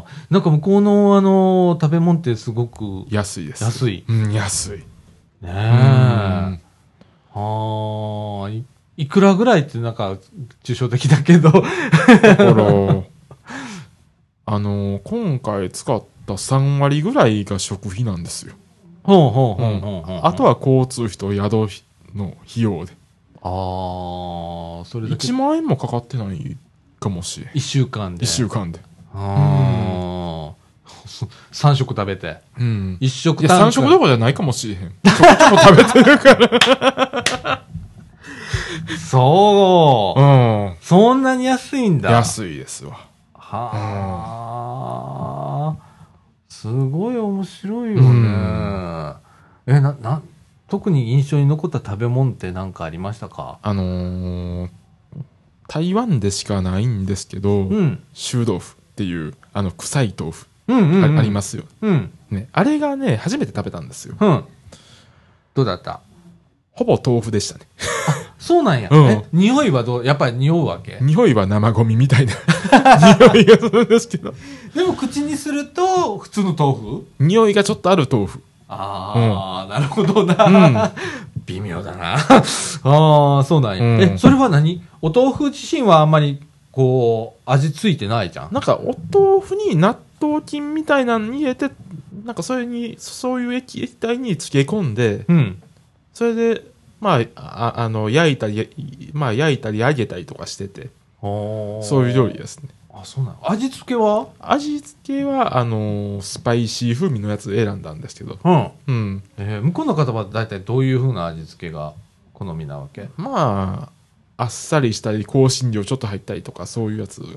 A: あ。なんか向こうの、あの、食べ物ってすごく
C: 安いです
A: 安い。
C: うん安い
A: ねえ。
C: うん
A: ああ。いいくらぐらいってなんか、抽象的だけど。
C: だからあの今回使った3割ぐらいが食費なんですよ、
A: ほうほうほうほうほう。
C: あとは交通費と宿費の費用で
A: ああ、それだけ
C: 1。万円もかかってないかもしれん
A: 一週間で。
C: 1週間で
A: ああ。そ三食食べて。
C: うん
A: 一食
C: いや3食ど
A: こ
C: ころじゃないかもしれへんちょこちょこ食べてるから
A: そう、
C: うん
A: そんなに安いんだ。
C: 安いですわ
A: はあ、すごい面白いよね。
C: うん
A: え、な、な、特に印象に残った食べ物って何かありましたか
C: あのー台湾でしかないんですけど、
A: うん。
C: 臭豆腐っていうあの臭い豆腐
A: うんうん、
C: あ,、
A: うん。。
C: りますすよ、
A: うん。
C: ね、あれがね初めて食べたんですよ
A: うん。どうだった
C: ほぼ豆腐でしたね
A: そうなんや。
C: うん
A: え、匂いはどう、やっぱり匂うわけ
C: 匂いは生ゴミみたいな 匂いがするんですけど
A: でも口にすると、普通の豆腐
C: 匂いがちょっとある豆腐
A: ああ、なるほどな。微妙だ な。ああ、そうなんや。
C: うん
A: え、それは何お豆腐自身はあんまり、こう、味ついてないじゃん。
C: なんかお豆腐に納豆菌みたいなのに入れてなんかそれにそういう液液体に漬け込んで
A: うん。
C: それでまあああの焼いたりまあ焼いたり揚げたりとかしててそういう料理ですね
A: あ、そうなの味付けは
C: 味付けはあのースパイシー風味のやつ選んだんですけど
A: うん。
C: うん
A: えー向こうの方は大体どういう風な味付けが好みなわけ
C: まああっさりしたり香辛料ちょっと入ったりとかそういうやつが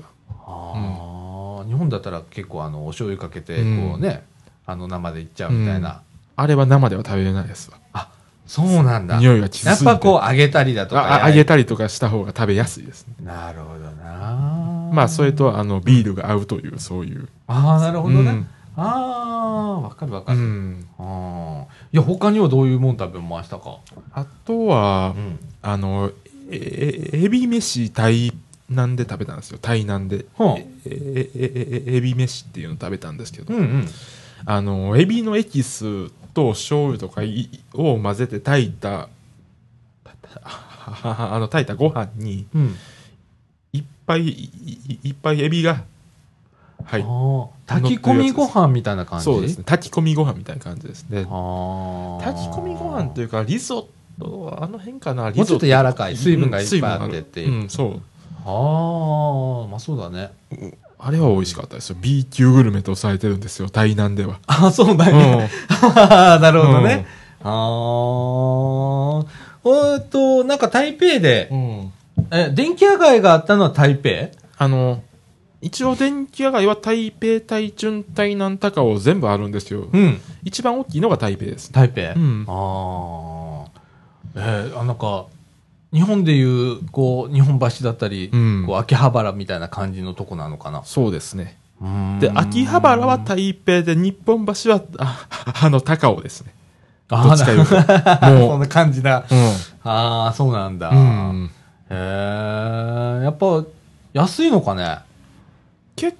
A: ああ、日本だったら結構あの、お醤油かけて、こ
C: うん
A: うね、あの、生でいっちゃうみたいな。
C: あれは生では食べれないですわ
A: そうなんだ。
C: 匂いがきつすぎ
A: やってぱこう、揚げたりだとか。
C: ああ揚げたりとかした方が食べやすいですね
A: なるほどな。
C: まあそれとあのビールが合うというそういう
A: ああ、なるほどね。
C: うん
A: ああ、わかるわか
C: う
A: る。
C: ん
A: あーいや、他にはどういうもん食べましたか
C: あとは
A: うん。
C: あのええエビ飯台南で食べたんですよ台南で
A: はあ
C: ええええエビ飯っていうのを食べたんですけど
A: うんうん。
C: あのエビのエキスと醤油とかいを混ぜて炊いた たたあの炊いたご飯に
A: うん。
C: いっぱいいいいっぱいエビが入っ
A: ああ、炊き込みご飯みたいな感じ
C: そうですね。炊き込みご飯みたいな感じですね
A: ああ。
C: 炊き込みご飯というかリゾットあの辺かなリゾ
A: も
C: ッ
A: うち
C: ト
A: ょっと柔らかい。水分がいっぱいあってってい
C: うん水分が
A: う。
C: あるうん
A: あ
C: そう
A: あ、まあそうだね。
C: あれは美味しかったですよ B 級グルメとされてるんですよ台南では、
A: ああ、そうだ
C: うん
A: ね。ああ、 なるほどね。ああ。えっと、なんか台北で、
C: うん
A: え、電気屋街があったのは台北
C: あの一応電気屋街は台北台中台南高尾全部あるんですよ、
A: うん。
C: 一番大きいのが台北ですね
A: 台北、
C: うん
A: ああえーあなんか日本でいうこう日本橋だったり、
C: うん
A: こう秋葉原みたいな感じのとこなのかな
C: そうですねで秋葉原は台北で日本橋はああの高尾ですね
A: あー
C: どっちか言うと
A: な
C: もう
A: そんな感じだ、ああそうなんだ、
C: うん、うん、
A: へえやっぱ安いのかね
C: 結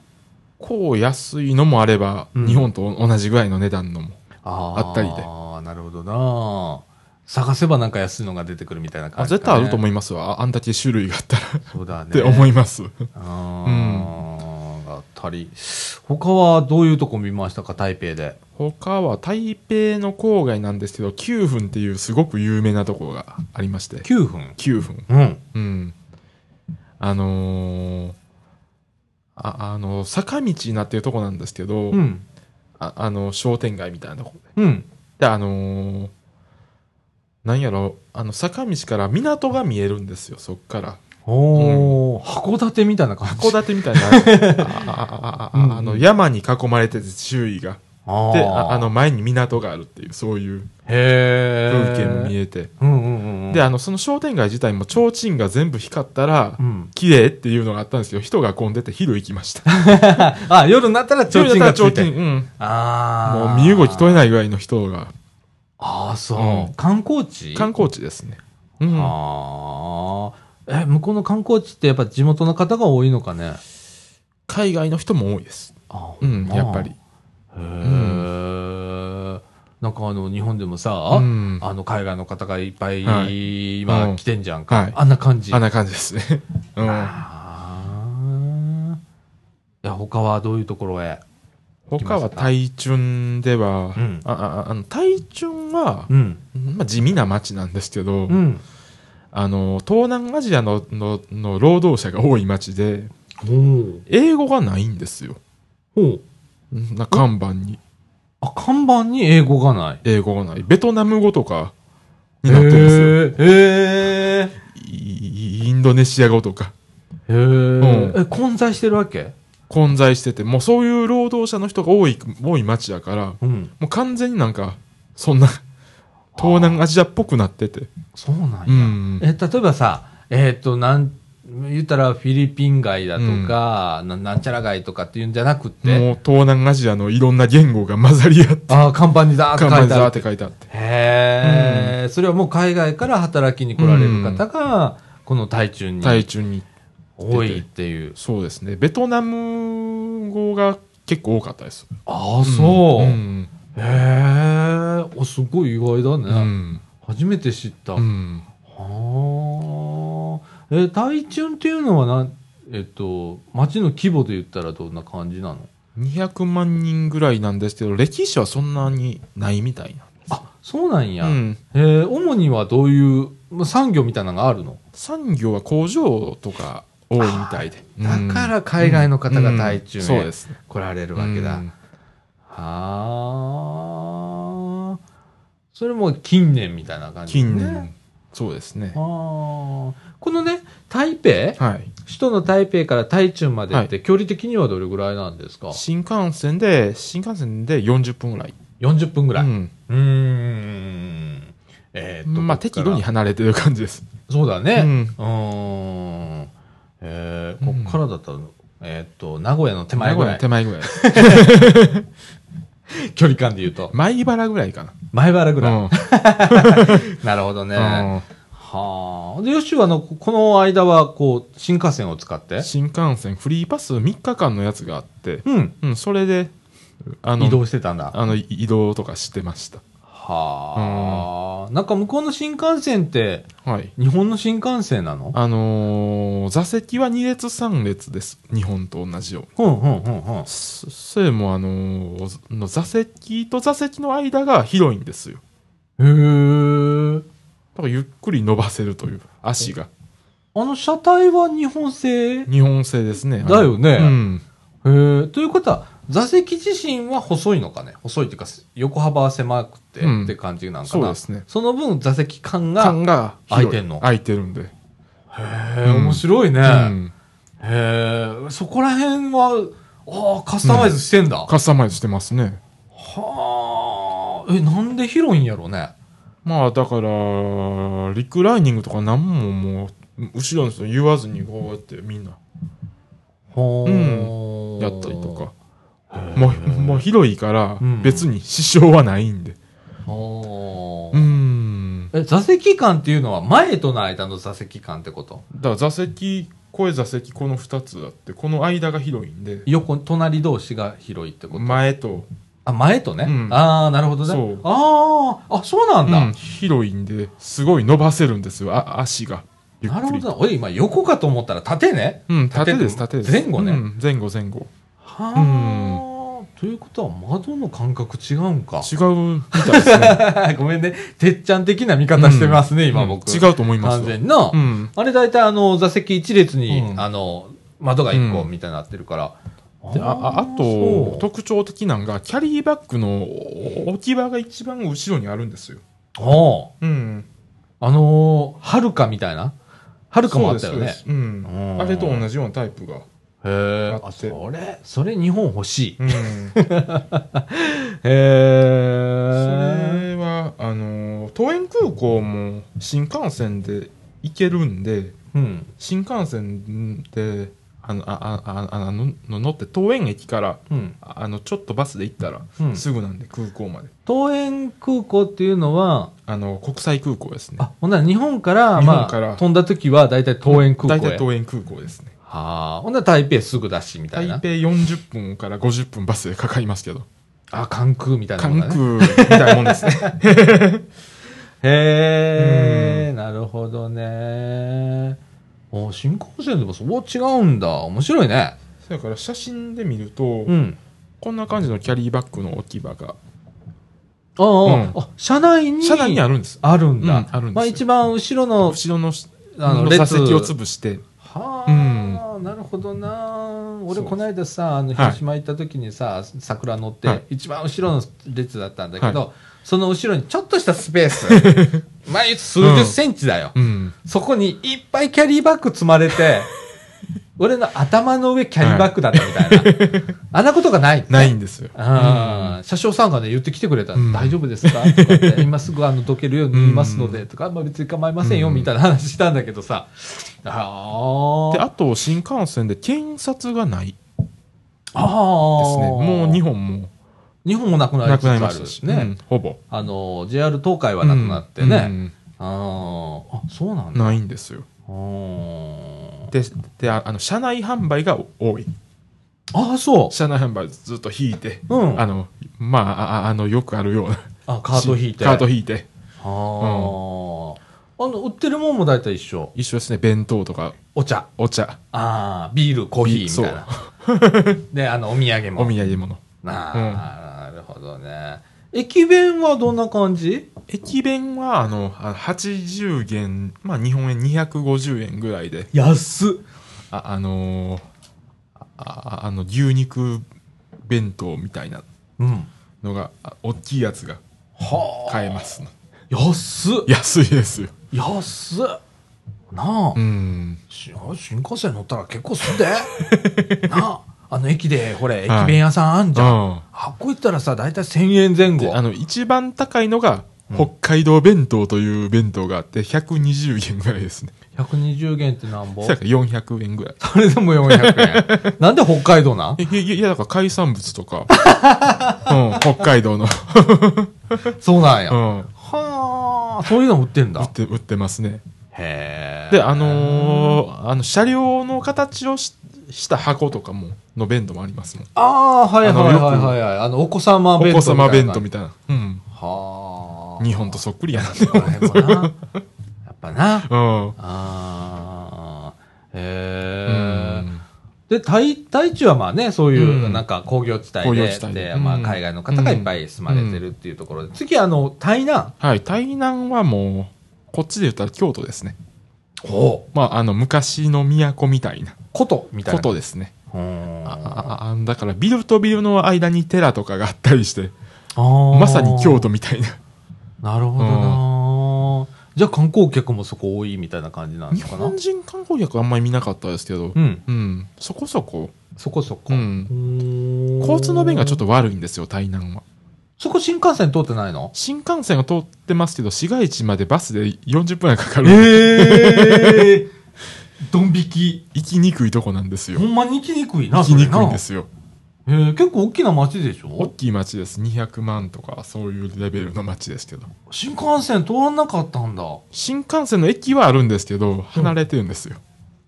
C: 構安いのもあれば、
A: うん
C: 日本と同じぐらいの値段のも
A: あ
C: あったりで
A: ああなるほどな探せばなんか安いのが出てくるみたいな
C: あ
A: 感じ、ね、
C: 絶対あると思
A: い
C: いますわああんだけ種類があったら
A: そうだね
C: って思います
A: あーあったり他はどういうとこ見ましたか台北で
C: 他は台北の郊外なんですけど9分っていうすごく有名なところがありまして
A: 9分
C: 9分
A: うん
C: うんあのーああの坂道になってるとこなんですけど、
A: うん
C: ああの商店街みたいなとこ
A: うん
C: であのーなんやろあの坂道から港が見えるんですよそっから
A: おお、函館みたいな感じ。
C: 函館みたいなあああああああの山に囲まれてて周囲が
A: あ
C: で
A: ー
C: ああの前に港があるっていうそういう
A: へえ
C: 風景も見えて、
A: うんうんうんうん
C: であのその商店街自体も提灯が全部光ったら、
A: うん
C: 綺麗っていうのがあったんですけど人が混んでて昼行きました
A: あ夜になったら提灯がついて
C: 昼だったら提灯うん
A: ああ
C: もう身動き取れないぐらいの人が
A: ああそう、
C: うん
A: 観光地
C: 観光地ですね、うん、
A: ああえ向こうの観光地ってやっぱ地元の方が多いのかね
C: 海外の人も多いです、
A: あ
C: うん、やっぱり
A: へえ、なんかあの日本でもさ、
C: うん
A: あの海外の方がいっぱい
C: はう
A: 今
C: ん
A: 来てんじゃんか、
C: はい
A: あんな感じ
C: あんな感じですね、うん、
A: あーいや他はどういうところへ
C: 他は台中では、
A: うん
C: あああの台中は、
A: うん
C: まあ、地味な町なんですけ
A: う
C: ど、
A: ん
C: あの東南アジアののの労働者が多い町で
A: ほう
C: 英語がないんですよ
A: ほう
C: な看板に
A: あ看板に英語がない
C: 英語がないベトナム語とかになってるんですよ
A: へえへえ
C: イインドネシア語とか
A: へ
C: ん
A: ええ混在してるわけ
C: 混在しててもうそういう労働者の人が多い多い町やからも
A: うん
C: う完全になんかそんな東南アジアっぽくなってて
A: そうなん
C: う
A: や、
C: ん
A: え例えばさえっ、となん言ったらフィリピン街だとか、ななんちゃら街とかっていうんじゃなくて
C: もう東南アジアのいろんな言語が混ざり合って
A: ああ看板にだーって
C: 看
A: 書
C: 板
A: いてあ
C: ザー
A: る
C: って書いてあって
A: へえ、それはもう海外から働きに来られる方が、この台中に
C: 台中に
A: 多いっていう。
C: そうですねベトナム語が結構多かったです
A: ああ、そう。
C: うん
A: へえ、おすごい意外だね。
C: うん
A: 初めて知った。
C: うん
A: はあ。え、台中っていうのはなん、えっと、町の規模で言ったらどんな感じなの
C: 200万人ぐらいなんですけど歴史はそんなにないみたい
A: あ、そうなんや。
C: な、うん、
A: えー主にはどういうまあ産業みたいなのがあるの、
C: 産業は工場とか多いみたいで
A: だから海外の方が台中
C: う
A: へ
C: んそうです
A: 来られるわけだ。
C: うん
A: はあ。それも近年みたいな感じ、ね。
C: 近年そうですね
A: はあ。このね、台北、
C: はい
A: 首都の台北から台中までって、
C: は
A: 距離的にはどれぐらいなんですか
C: 新幹線で新幹線で40分ぐらい
A: ?40 分ぐらい。
C: う
A: うんーん。えーっと。
C: まあ
A: こっか
C: 適
A: ら
C: 度に離れてる感じです
A: そうだね。う
C: うんん。
A: んえー、こっからだったら、えーっと、名古屋の手前ぐらい。
C: 手前ぐらい
A: 距離感で言うと。
C: 米原ぐらいかな
A: 前原ぐらい。
C: うん
A: なるほどね。
C: うん
A: はあ。で、よしはあの、ここの間は、こう、新幹線を使って、
C: 新幹線フリーパス3日間のやつがあって、
A: うん、
C: うん、それであの
A: 移動してたんだ。は
C: あのい移動とかしてました
A: あ、なんか向こうの新幹線って、
C: はい
A: 日本の新幹線なの
C: あのー座席は2列3列です日本と同じように
A: うん、うん、うん、うん。
C: そそれもあのーの座席と座席の間が広いんですよ
A: へえ。
C: だからゆっくり伸ばせるという足が
A: あの車体は日本製へ
C: 日本製ですね
A: だよね
C: うん
A: え。ということは、座席自身は細いのかね細いっていうか、横幅は狭くて、
C: うん
A: って感じなんか
C: そ
A: な。
C: うですね
A: その分、座席感が、
C: 間が
A: 空
C: 広
A: いてんの
C: 空いてるんで、
A: へえ、面白いね。
C: うん、
A: へえ、そこら辺は、ああ、カスタマイズしてんだ。
C: カスタマイズしてますね
A: はあ、え、なんで広いんやろね。
C: まあだからリクライニングとか何ももう後ろの人に言わずにこうやってみんな
A: は
C: やったりとかもうもう広いから
A: うん
C: 別に支障はないんで
A: か。
C: う
A: はあ。
C: ん
A: え、座席間っていうのは前との間の座席間ってこと
C: だから座席声座席この2つあってこの間が広いんで
A: 横、隣同士が広いってこと、
C: 前と、
A: あ、前とね。
C: うん
A: ああ、なるほど
C: そ
A: ね
C: う。
A: ああ、あ、そうなんだ。
C: うん広いんですごい伸ばせるんですよあ足がゆっ
A: なる
C: く
A: ほ
C: り
A: ど。俺今横かと思ったら縦ね。
C: うん縦です縦です
A: 前後ね。
C: うん前後前後
A: はあ。ということは窓の感覚違うんか。
C: 違うみたいです ね
A: ごめんね。てっちゃん的な見方してますね、
C: うん
A: 今僕。
C: 違うと思います
A: 完全な。
C: うん
A: あれ大体あの、座席一列に、
C: うん
A: あの、窓が一個
C: うん
A: みたいになってるから。
C: であああ
A: そ
C: と
A: う
C: 特徴的なのがキャリーバッグの置き場が一番後ろにあるんですよ、
A: おう
C: うん、
A: あのー、はるかみたいな。はるかもあったよ
C: そうで
A: ね
C: す。そうですうん、
A: うん
C: あれと同じようなタイプが
A: へえ
C: あ
A: あ
C: って
A: それそれ日本欲しい、
C: うん、
A: へ
C: そ
A: え
C: れはあの桃園空港も新幹線で行けるんで
A: うん
C: 新幹線であのああああのの乗って桃園駅から
A: うん
C: あのちょっとバスで行ったら、
A: うん
C: すぐなんで空港まで
A: 桃園空港っていうのは
C: あの国際空港ですね
A: あほんなら日本から
C: 日
A: ま
C: 本
A: あ、
C: から
A: 飛んだ時は大体桃園空
C: 大
A: 港へ
C: 体桃園空港ですね
A: はあほんなら台北すぐだしみたい
C: 台
A: な
C: 北40分から50分バスでかかりますけど
A: あ関空みたいなもん
C: 関
A: だね
C: 空みたいなもんで すね
A: へえ、なるほどね。お新幹線でもそこは違うんだ。面白いね。
C: だから写真で見ると、
A: うん。
C: こんな感じのキャリーバッグの置き場が
A: ああ、
C: うん
A: あ、車内に。
C: 車内にあるんです
A: あるんだ。
C: うんあるんですよ
A: まあ一番後ろの、
C: 後ろの
A: あ
C: あ
A: の
C: の
A: 列
C: 座席を潰して
A: はあ、なるほどな。俺
C: そう
A: この間さ、あの、
C: はい
A: 広島行った時にさ、桜乗って、
C: はい
A: 一番後ろの列だったんだけど、
C: は
A: その後ろにちょっとしたスペー ス。まあ数十センチだよ。
C: うん
A: そこにいっぱいキャリーバッグ積まれて、 俺の頭の上キャリーバッグだったみたいな。 あんなことがない。
C: ないんですよ
A: あー車掌さんがね、言ってきてくれた、
C: うん
A: 大丈夫ですかとか って、今すぐあの、どけるように言いますので、とか、まあ別に構いませんよ、
C: うん
A: みたいな話したんだけどさ。あ
C: で
A: ー
C: あと新幹線で検察がないで
A: あ
C: すねもう日
A: 日本。
C: 本も
A: 日本もなくなり
C: な
A: つ
C: く
A: つ
C: な
A: あ
C: りま
A: る
C: したし、
A: ね。
C: うんほぼ
A: あの、JR 東海はなくなってね。
C: うん
A: あーあ、そうなん
C: うん
A: だ。
C: ないんですよ
A: あー
C: ででああの車内販売が多い
A: あー、そう。
C: 車内販売ずっと引いて、
A: うん
C: あのまああああのよくあるような
A: あ、カート引いて。
C: カート引いて
A: はあ、あの売ってるもんも大体一緒
C: 一緒ですね弁当とか
A: お茶
C: お茶
A: あービールコーヒーみたいなであのお土産も
C: お土産物
A: あー、なるほどね駅弁はどんな感じ
C: 駅弁はあのあ80元、まあ、日本円250円ぐらいで
A: 安っ
C: ああのーああの牛肉弁当みたいな
A: うん
C: のがあ大きいやつが
A: はあ
C: 買えますの
A: 安っ
C: 安いですよ
A: 安っなあ、
C: うん
A: し新幹線乗ったら結構すんで なああの駅でほれ駅
C: はい
A: 弁屋さんあんじゃん、
C: うん
A: あっこ行ったらさ大体1000円前
C: で
A: 後
C: あの一番高いのが北海道弁当という弁当があって120円ぐらいですね
A: 120元ってなんぼ
C: それから400円ぐらい
A: それでも400円。 なんで北海道なん
C: えいやいやだから海産物 とか、うん、北海道の、
A: そうなんや。
C: うん、
A: はあ、そういうの売ってん
C: 売
A: だ
C: っ。て売ってますね
A: へえ。
C: であのーあの車両の形をしした箱とかもの弁当もありますもん
A: ああー、はいはい
C: あの
A: はい
C: よく
A: はいはい。あの、お子様
C: お
A: 弁当。
C: 子様弁当み
A: たい
C: たいな、うん、
A: な。はあ。
C: 日本とそっくりやな
A: そこら辺もな。やっぱな。
C: うん
A: ああ。
C: う
A: へえ。
C: ん
A: で、台、台地はまあね、そういうう、
C: ん
A: なんか工業地帯
C: 工業
A: で
C: 地、帯で
A: で、
C: うん
A: まあ海外の方がいっぱい住まれてるっていうところで。次、あの、台南。
C: はい台南はもうこっちで言ったら京都ですね
A: ほう。
C: まああの昔の都みたいな
A: 古都みたい
C: こ
A: な。
C: とですね
A: うん。
C: あ
A: あ
C: ああだからビルとビルの間に寺とかがあったりして
A: ー
C: まさに京都みたいな
A: なるほどな、じゃあ観光客もそこ多いみたいな感じなの
C: 日
A: かな
C: 本人観光客あんまり見なかったですけ
A: う
C: ど、
A: ん
C: うん、そこそこ、
A: そこそこ、
C: うん、
A: 交
C: 交通の便がちょっ
A: と
C: と悪いんですよ台南は
A: そこ新幹線通ってないの
C: 新幹線が通ってますけど市街地までバスで40分はかかる、
A: ええー、ドン引き
C: 行きにくいとこなんですよ
A: ほんまに行きにくいな
C: 行きにくいんで
A: そ
C: すよ
A: れなえー結構大きな町でし
C: 大
A: ょ
C: きい町です200万とかそういうレベルの町ですけど
A: 新幹線通らなかったんだ
C: 新幹線の駅はあるんですけど離れてるんですよ、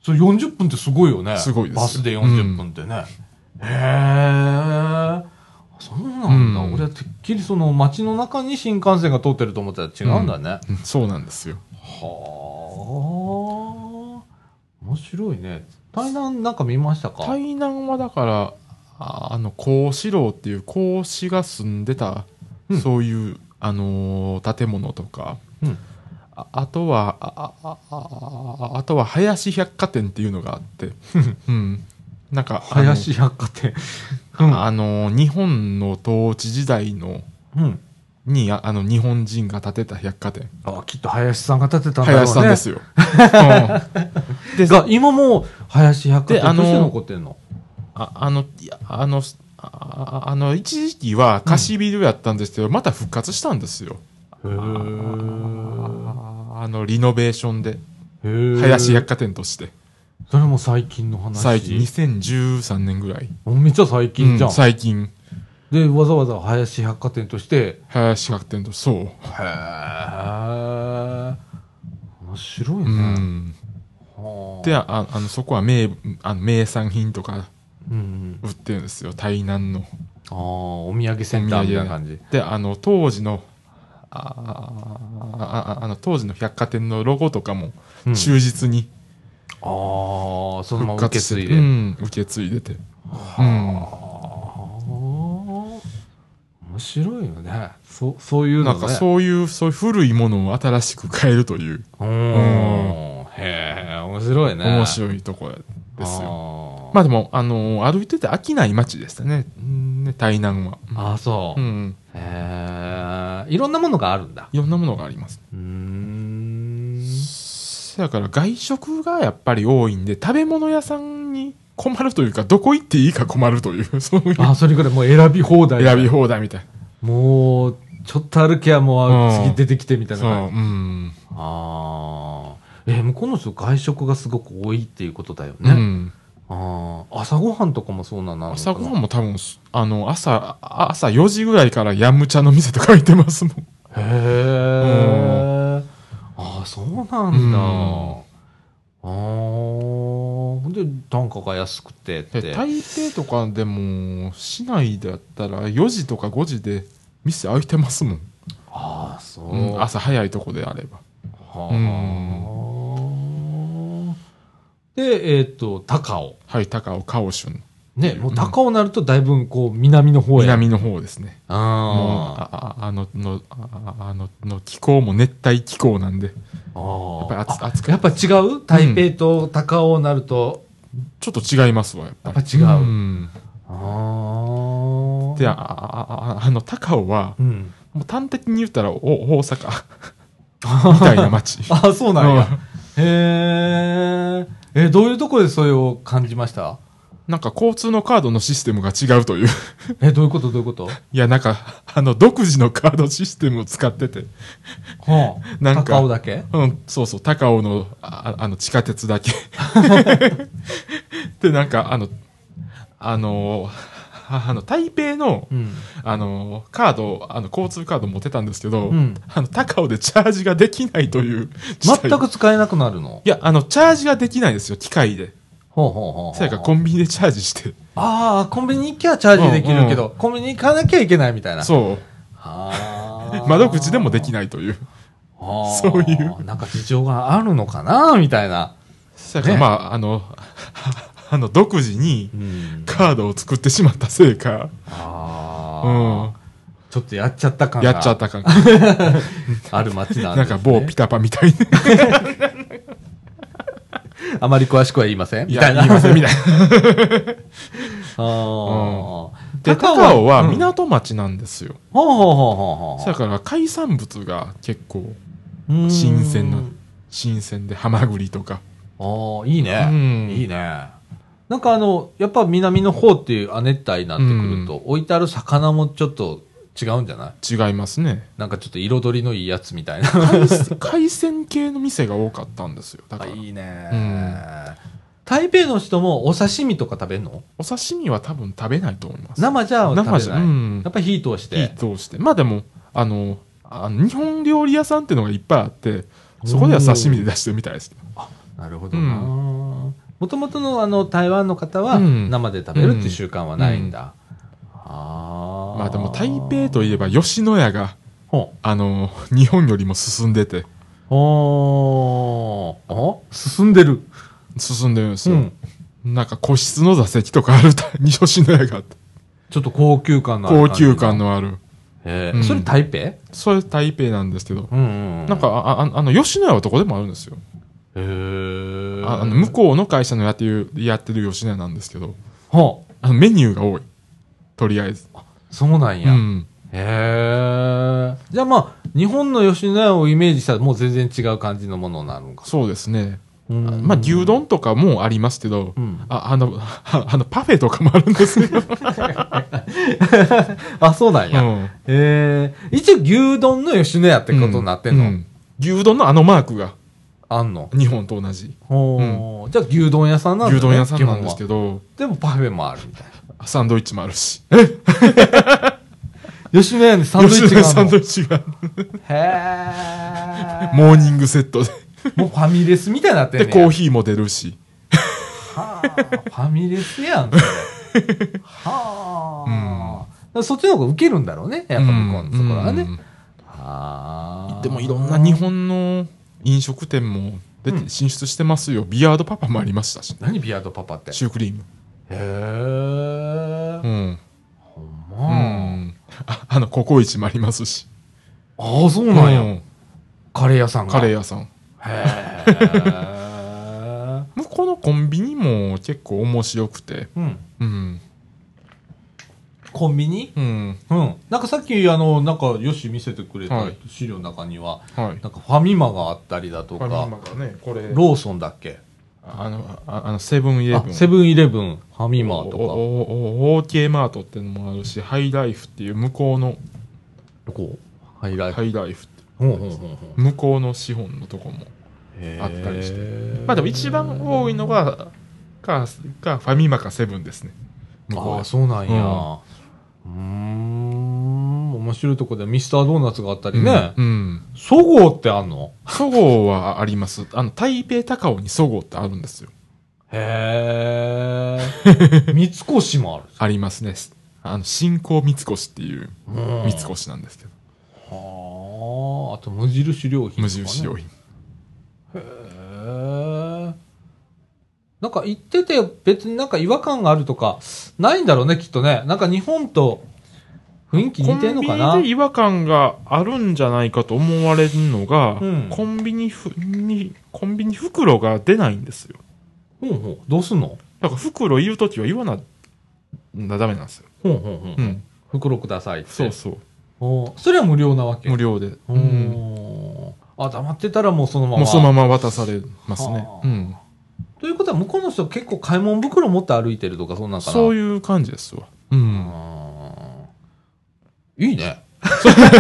A: それ40分ってすごいよね
C: すごいです
A: バスで40分ってね、へえそうなんだ、
C: うん
A: 俺はてっきりその町の中に新幹線が通ってると思ったら違うんだね、
C: うんそうなんですよ
A: はあ面白いね台南なんか見ましたか、
C: 台南はだからああの孔子楼っていう孔子が住んでた、
A: うん
C: そういう、あのー建物とか
A: うん、
C: ああとはあああああとは林百貨店っていうのが あって、うん、なんかあの
A: 林百貨店
C: あのー日本の統治時代の
A: うん
C: にああの日本人が建てた百貨店
A: あきっと林さんが建てたんだろうね
C: 林 さんですよ、うん
A: が今もう林百貨
C: であ
A: 店
C: の
A: として残ってんの
C: ああの、いやあの、ああの、一時期は貸しビルやったんですけど、また復活したんですよ。ああの、リノベーションで。林百貨店として。
A: それも最近の話。
C: 最近、2013年ぐらい。
A: もうめっちゃ最近じゃん
C: う。ん最近、
A: で、わざわざ林百貨店として、
C: 林百貨店として、そう。
A: へー。面白いね。
C: うん。
A: はあ
C: で、ああの、そこは名、あの名産品とか
A: うんうん、
C: 売ってるんですよ。台南の。
A: ああ、お土産センターみたいな感じ。
C: であの当時のあああああの当時の百貨店のロゴとかも
A: うん
C: 忠実に
A: ああ、そのま
C: 復
A: ま受
C: 活
A: け
C: して
A: 継い
C: て
A: で。
C: うん受け継いでて、うん、
A: ああ面白いよね。そそういう
C: な
A: の、ね、
C: んかそういうそういう古いものを新しく変えるという
A: うーん。へえ、面白いね。
C: 面
A: い
C: 白いところですよ。
A: よ
C: まあでも、あの歩いてて飽きない街でしたね。うんね、台南は。
A: ああ、そうう。
C: ん
A: へえ、
C: うん。
A: いろんなものがあるんだ。
C: いろんなものがあります。
A: うーん。
C: そやから外食がやっぱり多いんで、食べ物屋さんに困るというか、どこ行っていいか困るという、 そういう
A: あ、それぐらいもう選び放題。
C: 選び放題みたいな。
A: もう、ちょっと歩きゃもう
C: うん
A: 次出てきてみたいな
C: そう、
A: 感
C: う
A: じ。
C: ん。
A: ああ。えー向こうの人外食がすごく多いっていうことだよ
C: う
A: ね。
C: ん。
A: ああ。朝ごはんとかもそうなんなのかな
C: 朝ごはんも多分、あの、朝、あ朝4時ぐらいからヤムチャの店とか行ってますもん。
A: へえ。ああ、そうなんだ。
C: うん
A: ああ。ほんで、単価が安くてっ
C: で
A: て。
C: 台北とかでも、市内だったら4時とか5時で店開いてますもん。
A: ああ、そう。
C: うん朝早いとこであれば。
A: は
C: う
A: あ。で、えっ、と、高尾。
C: はい、高尾、カオシュン。
A: ね、もう高尾なるとだいぶこう、南の方へ。
C: 南の方ですね。もう
A: あ
C: あああののああのの気候も熱帯気候なんで
A: あ。あ
C: やっぱり暑
A: あ
C: 暑く
A: やっぱ違う台北と高尾なると、
C: ちょっと違いますわやっぱり
A: やっぱ違うんああ。
C: であああああの高尾は
A: うん。
C: もう端的に言ったらお大 阪みたいな街
A: あ、そうなんや。へえ。え、どういうとこでそれを感じました
C: なんか交通のカードのシステムが違うという
A: え、どういうことどういうこと
C: いやなんかあの独自のカードシステムを使ってて
A: はあ、
C: なんか
A: 高尾だけ
C: うん、そうそう、高尾の、ああの、地下 鉄だけ。で、なんか、あの、あの、ああの、台北の、
A: うん。
C: あの、カード、あの、交通カード持ってたんですけど、
A: うん
C: あの、高尾でチャージができないという事態。
A: 全く使えなくなるの
C: いや、あの、チャージができないですよ、機械で。
A: ほうほうほう
C: そやからコンビニでチャージして。
A: ああ、コンビニ行きゃチャージできるけど、
C: う
A: コンビニ行かなきゃいけないみたいな。
C: そ
A: は
C: う。
A: あ。
C: 窓口でもできないという。
A: はあ
C: そういう。
A: なんか事情があるのかなみたいな。
C: そやから、
A: ね
C: まあ、あの、あの、独自に
A: うん。
C: カードを作ってしまったせいか、
A: あ
C: う
A: あ、
C: ん。
A: ちょっとやっちゃった感が
C: やっちゃった感じ。
A: ある街なん
C: な
A: で
C: ん
A: す、ね。
C: か某ピタパみたいな。
A: あまり詳しくは言いません
C: い
A: みた
C: や、
A: いな。
C: 言いません、みたいな。
A: あー
C: で、高尾は、港町なんですよ。
A: ほうほうほうほうほ
C: だから海産物が結構
A: ううん。
C: 新鮮な、新鮮で、ハマグリとか。
A: ああ、いい
C: うん
A: ね。いいね。なんかあの、やっぱ南の方っていう亜熱帯になってくると、置いてある魚もちょっと違うんじゃない
C: 違いますね。
A: なんかちょっと彩りのいいやつみたいな。
C: 海 鮮海鮮系の店が多かったんですよ。だ
A: あ
C: から、
A: いいね、
C: うん
A: 台北の人もお刺身とか食べるの
C: お刺身は多分食べないと思います。
A: 生じゃ食べない。
C: 生じゃうん
A: やっぱり火通して。
C: 火通して。まあでも、あの、あの日本料理屋さんっていうのがいっぱいあって、そこでは刺身で出してるみたいです。
A: なるほどな。もともとのあの台湾の方は
C: うん
A: 生で食べるっていう習慣はないんだ。ああ。
C: まあでも台北といえば吉野家が、
A: ほ
C: あの、日本よりも進んでて、
A: う。おーあ進んでる。
C: 進んでるんです
A: う
C: よ。
A: ん。
C: なんか個室の座席とかあるた、 西吉野家があって
A: ちょっと高級感のある
C: 高
A: 感じ
C: 級感。のある。
A: え
C: う
A: ー
C: ん
A: それ台北
C: それ台北なんですけど。
A: うんうんうん。
C: なんか、あ、ああの、吉野家はどこでもあるんですよ。
A: へー、
C: ああの、向こうの会社のやってる、やってる吉野家なんですけど、
A: ほう。
C: あの、メニューが多い。とりあえず。
A: そうなん
C: う
A: や。
C: ん。
A: へえ。じ ゃあまあ、日本の吉野家をイメージしたらもう全然違う感じのものになるのか。
C: そうですね。
A: う
C: まあ、牛丼とかもありますけど、
A: うん
C: ああの あのパフェとかもあるんで すよ、
A: あ、そうなん
C: う
A: や。
C: ん
A: ええ一応牛丼の吉野家ってことになってんの、
C: うん牛丼のあのマークが
A: あんの
C: 日本と同じ
A: ほうじゃあ牛丼屋さんなんだ、ね、
C: 牛丼屋さんなんですけ
A: ど。
C: ど
A: でもパフェもあるみたい
C: サンドイッチもあるし
A: な。吉野家にサンドイッチがあ
C: サ
A: る
C: ン
A: の
C: ドイッチがある
A: へえ。
C: モーニングセットで
A: もうファミレスみたいになってんね
C: で
A: や
C: コーヒーも出るし
A: はあ、ファミレスやん、それはあ。だからそっちの方がウケるんだろうね。やっぱ向こうのところはね。
C: うん
A: はあ。
C: でもいろんな日。本の飲食店も出て進出してますよ、ビアードパパもありましたし、ね、
A: 何ビアードパパって。へ
C: シュークリーム
A: え
C: う。ん、
A: ほん
C: う
A: ま。
C: ん、ああのココイチもありますし、
A: ああ、そうなん
C: う
A: や。
C: ん
A: カレー屋さんが。
C: カレー屋さん
A: へえ。
C: 向こうのコンビニも結構面白くて
A: うん。
C: うん
A: コンビニ
C: うん
A: うん。なんかさっき、あの、なんか、よし見せてくれた
C: はい
A: 資料の中には、
C: はい
A: なんかファミマがあったりだとか、
C: ねこれ
A: ローソンだっけ
C: あのああのセブンイレ
A: あ
C: ブン
A: セブンイレブン、ファミマ
C: お
A: と
C: おお OK マートっていうのもあるしハイライフっていう向こうの
A: か、どこハイライフ。
C: ハイライフって
A: ほうほうほうほう
C: 向こうの資本のとこもあったりしてまあでも一番多いのがかかファミマかセブンですね向こ
A: あ
C: う
A: あ、
C: は
A: そうなんや。
C: うん
A: うーん、面白いとこでミスタードーナツがあったりね
C: う。ん
A: そごうってあんの
C: そごうはありますあの台北高尾にそごうってあるんですよ
A: へ え。三越もある。
C: ありますねあの新興三越っていう
A: うん
C: 三越なんですけど
A: はあ、あと無印良品とかね、
C: 無印良品
A: へえ。なんか行ってて別になんか違和感があるとかないんだろうね、きっとね。なんか日本と雰囲気
C: コ
A: 似
C: ン
A: て
C: ビ
A: んのかな
C: ニで違和感があるんじゃないかと思われるのが、
A: うん
C: コンビニふにコンビニ袋が出ないんですよ
A: ほうほう。どうすんの
C: だから袋いるときは言わななダメなんですよ、
A: ほうほうほう。
C: うん、
A: 袋くださいって。
C: そうそう
A: おーそれは無料なわけ。
C: 無料で、
A: お
C: うん
A: ーあ、黙ってたらもうそのまま。
C: もうそのまま渡されますね
A: は、あ
C: うん、
A: ということは向こうの人結構買い物袋持って歩いてるとかそんなんかな。
C: そう
A: う。
C: いう感じですわ、うん
A: いいね。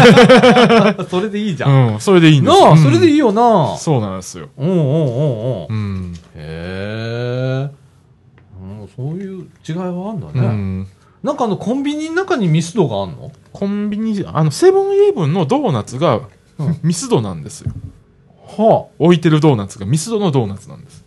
A: それでいいじゃん。
C: うん、それでいいんです
A: なあ、それでいい
C: い
A: よな。
C: そうなんですよ、
A: うんうんうんうん。
C: うん
A: へえ。うんそういう違いはあんだ
C: う
A: ね。
C: ん、
A: なんかあのコンビニの中にミスドがあんの
C: コンビニあのセブンイレブンのドーナツが、
A: うん
C: ミスドなんですよ
A: は
C: 置いてるドーナツがミスドのドーナツなんです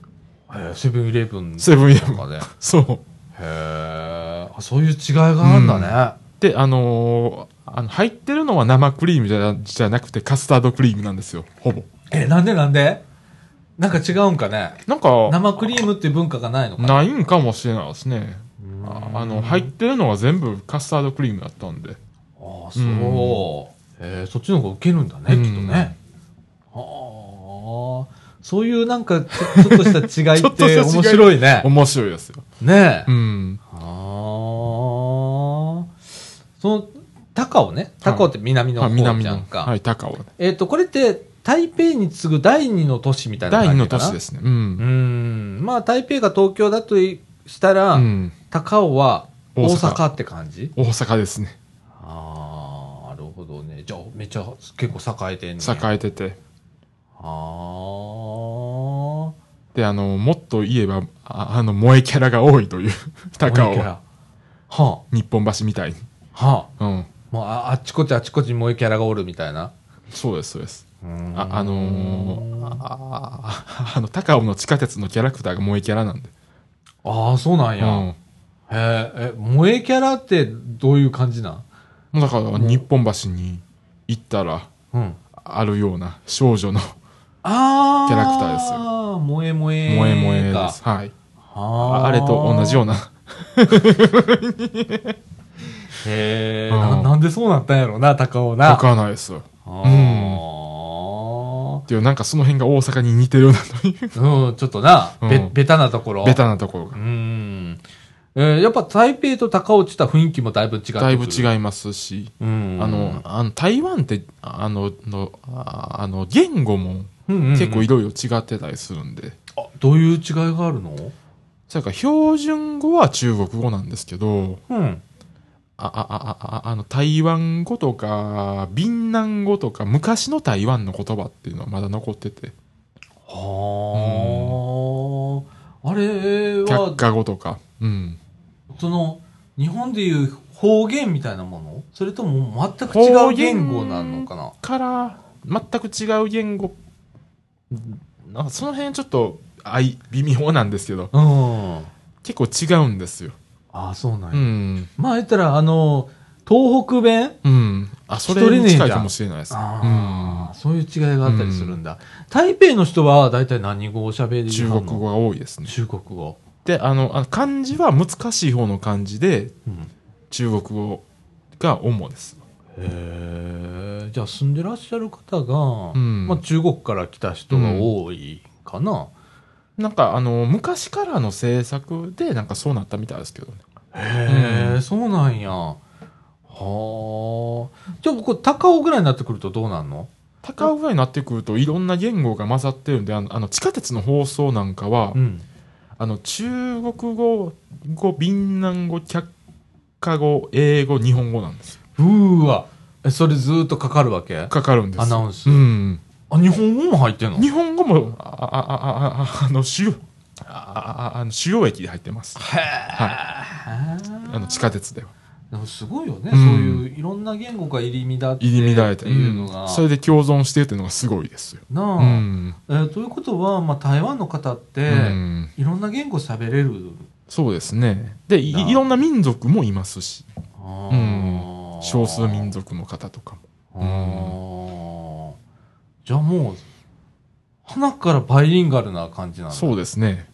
A: あ。へえセブンイレブン
C: セブンイレブ
A: と
C: ン
A: かね。へ
C: そう
A: え。あそういう違いがあるんだね。
C: で、あのーあの入ってるのは生クリームじゃじゃなくてカスタードクリームなんですよ、ほぼ。
A: え、なんでなんでなんか違うんかね
C: なんか、
A: 生クリームっていう文化がないのかな
C: ないんかもしれないですね。ああの、入ってるのは全部カスタードクリームだったんで。
A: ああ、そう。えーそっちの方がウケるんだね、
C: うん
A: きっとね。はあ。そういうなんかちょ、 ちょっとした違い
C: ちょ
A: っ
C: っとした
A: て面
C: 違い
A: 白いね。
C: 面白いですよ。
A: ねえ
C: う。ん。
A: ああ。その、高尾ね。高尾って南の
C: あ
A: 方
C: 南
A: じゃ
C: の
A: ん。か。
C: はい、高尾。
A: えっ、と、これって台北に次ぐ第二の都市みたいな
C: 第
A: 感
C: 二
A: じ
C: の
A: かな
C: 都市ですね。
A: う
C: う
A: ー
C: ん。
A: ん。まあ、台北が東京だとしたら、
C: うん。
A: 高尾は大
C: 大阪
A: 阪って感じ
C: 大阪ですね。
A: ああ、なるほどね。じゃあ、めっちゃ結構栄えてんね。
C: 栄えてて。
A: ああ。
C: で、あの、もっと言えば、ああの、萌えキャラが多いという、高
A: 萌え
C: 尾
A: キャ
C: は。
A: ラは
C: 日本橋みたいに。
A: あ、は
C: うん。
A: あ。もうああっちこっちあっちこっち萌えキャラがおるみたいな。
C: そうです、そうです。
A: うん
C: ああのーあああの高尾の地下鉄のキャラクターが萌えキャラなんで、
A: ああ、そうなん
C: う
A: や。
C: ん、
A: へえ、え、萌えキャラってどういう感じなん
C: もうだから日本橋に行ったら
A: うん。
C: あるような少女の
A: ああ。
C: キャラクターですよ
A: よ。萌え萌え。
C: 萌え萌えです、
A: か。
C: はい、
A: あ
C: ああれと同じよう
A: な。
C: な
A: へえ、
C: うん
A: ななんでそうなったんやろうな、高尾な。
C: わかんないですよ
A: あ
C: っていうなんかその辺が大阪に似てるようなという
A: ーうん、ちょっとな、べ、
C: うん
A: ベタなところ。
C: ベタなところ
A: う
C: が
A: ん。えーやっぱ台北と高尾って言ったら雰囲気もだいぶ違ってくる。
C: だいぶ違
A: う。
C: いますし、
A: うん。
C: あの、あの台湾ってあののああの言語も
A: うんうんうん
C: 結構いろいろ違ってたりするんで。
A: あどういう違いがあるの
C: それから標準語は中国語なんですけど、
A: うん。
C: あ、あ、あ、あ、ああの、台湾語とか、ビンナン語とか、昔の台湾の言葉っていうのはまだ残ってて、
A: はあ、あれ
C: 客
A: は、
C: 下語とか、うん。
A: その、日本でいう方言みたいなものそれとも全く違う言語なのかな
C: から、全く違う言語、なんかその辺ちょっと、あい、微妙なんですけど、
A: うん。
C: 結構違うんですよ。
A: ああ、そうなんや。
C: うん。
A: まあ言ったら、あの、東北弁
C: うん。あ、それ
A: 一人ね
C: に
A: えじゃ
C: 近
A: ん
C: いかもしれないです。
A: ああ、そういう違いがあったりするんだ。台北の人は大体何語を喋
C: うん
A: り
C: 中
A: は
C: 国
A: んの
C: 語が多いですね。
A: 中国語。
C: で、あの、あの漢字は難しい方の漢字で、
A: うん
C: 中国語が主です。
A: へえ。じゃあ住んでらっしゃる方が、
C: うん
A: まあ中国から来た人が多いかな。
C: なんか、あの、昔からの制作で、なんかそうなったみたいですけどね。
A: へえ、
C: うん
A: そうなんや。はあ。じゃあこれ高尾ぐらいになってくるとどうなんの
C: 高尾ぐらいになってくると、いろんな言語が混ざってるんで、あの、あの地下鉄の放送なんかは、
A: うん。
C: あの、中国語、語、ビンナン語、客下語、英語、日本語なんですよ。
A: うーわ。え、それずーっとかかるわけ
C: かかるんですよ
A: アナウンス
C: うん。
A: あ、日本語も入ってんの
C: 日本語も、あ、あ、あ、あ、あの、主要、あ、あ、あの、主要駅で入ってます。
A: へえ。
C: あの、地下鉄では。
A: でもすごいよね、そ
C: うん
A: ういういろんな言語が入り乱って
C: 入り乱れて、
A: っていうのが、
C: うんそれで共存してるっていうのがすごいですよ。
A: な
C: う
A: あ、
C: ん。
A: えーということは、まあ、台湾の方って、
C: うん
A: いろんな言語喋れる
C: そうですね。で、い
A: なあ
C: いろんな民族もいますし、
A: あー
C: うん少数民族の方とかも。
A: あーじゃあもう花からバイリンガルな感じなんだ
C: そうですね。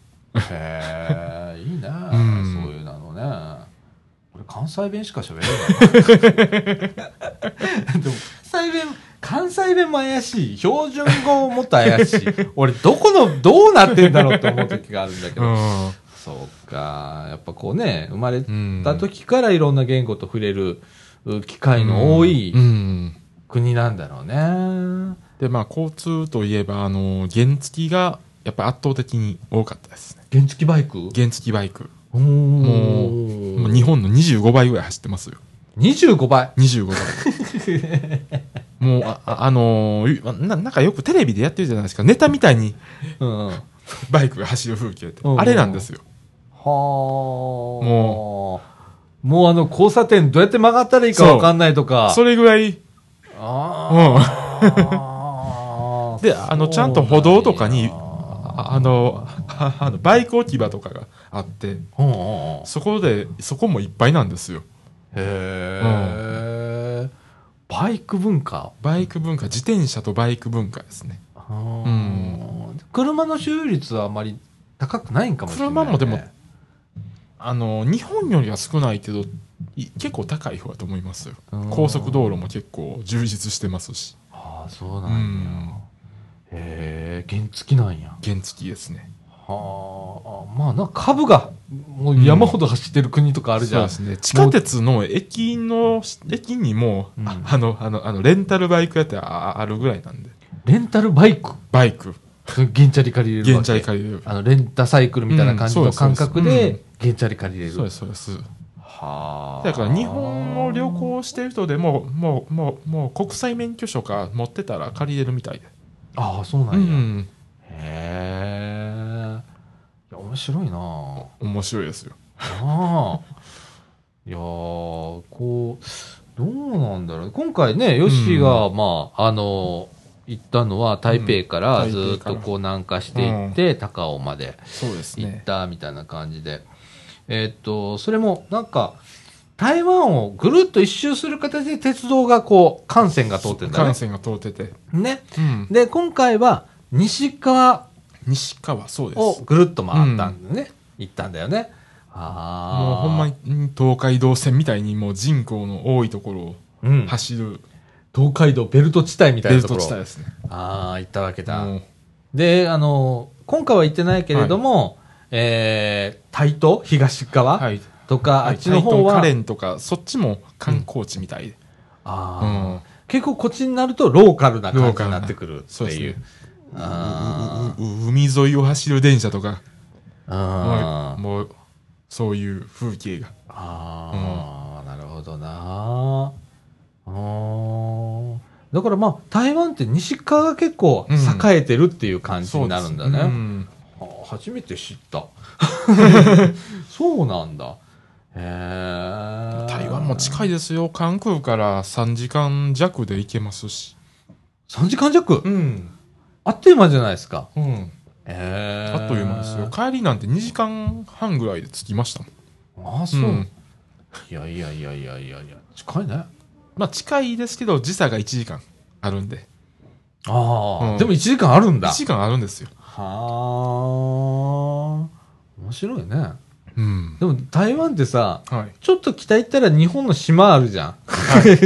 A: へえいいね、
C: ん
A: そういうなのね俺関西弁しか喋れないなで も関西弁関西弁も怪しい標準語もっと怪しい俺どこのどうなってんだろうって思う時があるんだけ
C: う
A: ど、
C: ん。
A: そうかやっぱこうね生まれ
C: うん
A: た時からいろんな言語と触れるう機会の多い
C: うん。
A: 国なんだろうね、
C: で、まあ、交通といえば、あの、原付が、やっぱり圧倒的に多かったですね。
A: 原付バイク
C: 原付バイク。
A: おー
C: もう、もう日本の25倍ぐらい走ってますよ。
A: 25倍
C: 25倍。 もう、あ、ああのーゆな、なんかよくテレビでやってるじゃないですか。ネタみたいに
A: うんうん
C: バイクが走る風景って。
A: うん
C: あれなんですよ。
A: はあ。もう、もうあの交差点どうやって曲がったらいいかわかんないとか。
C: それぐらい、う
A: あ
C: ん。
A: あ。
C: で、あの、ちゃんと歩道とかに、ああの、ああのバイク置き場とかがあっ
A: う
C: て、
A: んうんうん。へ
C: そこで、そこもいっぱいなんですよ。
A: え。バイク文化
C: バイク文化、自転車とバイク文化ですね。
A: うん車の所有率はあまり高くないんかもしれないね。
C: 車もでもあの、日本よりは少ないけど、い結構高い方だと思いますよ
A: うん。
C: 高速道路も結構充実してますし、
A: ああ、そうな
C: うん
A: や。
C: ん
A: へえ、原付きなんや。
C: 原付ですね。
A: はあ。まあな、株がもう山ほど走ってる国とかあるじゃん。
C: そうですね。地下鉄の駅の、駅にも、
A: うん
C: ああの、あの、あの、レンタルバイクやってああるぐらいなんで。
A: レンタルバイク。
C: バイク、
A: 銀チャリ借りれるわ
C: 原
A: け
C: チャリ借りれる。
A: あのレンタサイクルみたいな感じ
C: うんそう
A: の
C: ですそう
A: 感
C: です
A: 覚で銀チャリ借りれる、
C: そうです、そうです。
A: はあ
C: だから日本を旅行してる人でももうもうもう国際免許証か持ってたら借りれるみたいで、
A: ああそうなんや、
C: うん
A: へえいや面白いなあ
C: 面白いですよ
A: なあいやーこうどうなんだろう今回ねヨッシーが、まああの行ったのは台北から
C: うん
A: ずーっとこう南下していって、高尾まで
C: そうです
A: 行ったみたいな感じで、えーっとそれもなんか台湾をぐるっと一周する形で鉄道がこう幹線が通ってんだね
C: 幹。線が通ってて、
A: ね
C: うん
A: で今回は西側
C: 西川そうです
A: を
C: もう
A: ぐるっと回ったんでね、行ったんだよね。ああ
C: ほんまにうん東海道線みたいにもう人口の多いところを
A: うん、
C: 走る
A: 東海道ベルト地帯みたい
C: ベ
A: な
C: ル
A: とこ
C: ト
A: ろ
C: 地帯ですね
A: ああ行ったわけだ、
C: もう
A: であの今回は行ってないけれども、えー、台東東側、
C: はい
A: とか、あっちの
C: 台
A: 方
C: 東
A: は
C: カレンとかそっちも観光地みたいで、
A: あ
C: う
A: あ
C: ん
A: 結構こっちになるとローカルな感じになってくるって
C: そうで
A: いう。
C: すね
A: あ
C: うう海沿いを走る電車とか、
A: ーあー
C: もう、そういう風景が。
A: あーなるほどなあーだからまあ台湾って西側が結構栄えてるっていう感じになるんだね、
C: そうですうん
A: あ初めて知った そうなんだへえ
C: 台湾も近いですよ。関空から3時間弱で行けますし。
A: 3時間弱、
C: うん。
A: あっという間じゃないですか
C: うん。
A: ええ
C: あっという間ですよ。帰りなんて2時間半ぐらいで着きましたもん。
A: あそう、
C: うん
A: いやいやいやいやいやいや近いね
C: まあ近いですけど、時差が1時間あるんで。
A: ああ、
C: うん
A: でも1時間あるんだ
C: 1時間あるんですよ。
A: はあ面白いね
C: うん。
A: でも台湾ってさ
C: はい。
A: ちょっと北行ったら日本の島あるじゃん、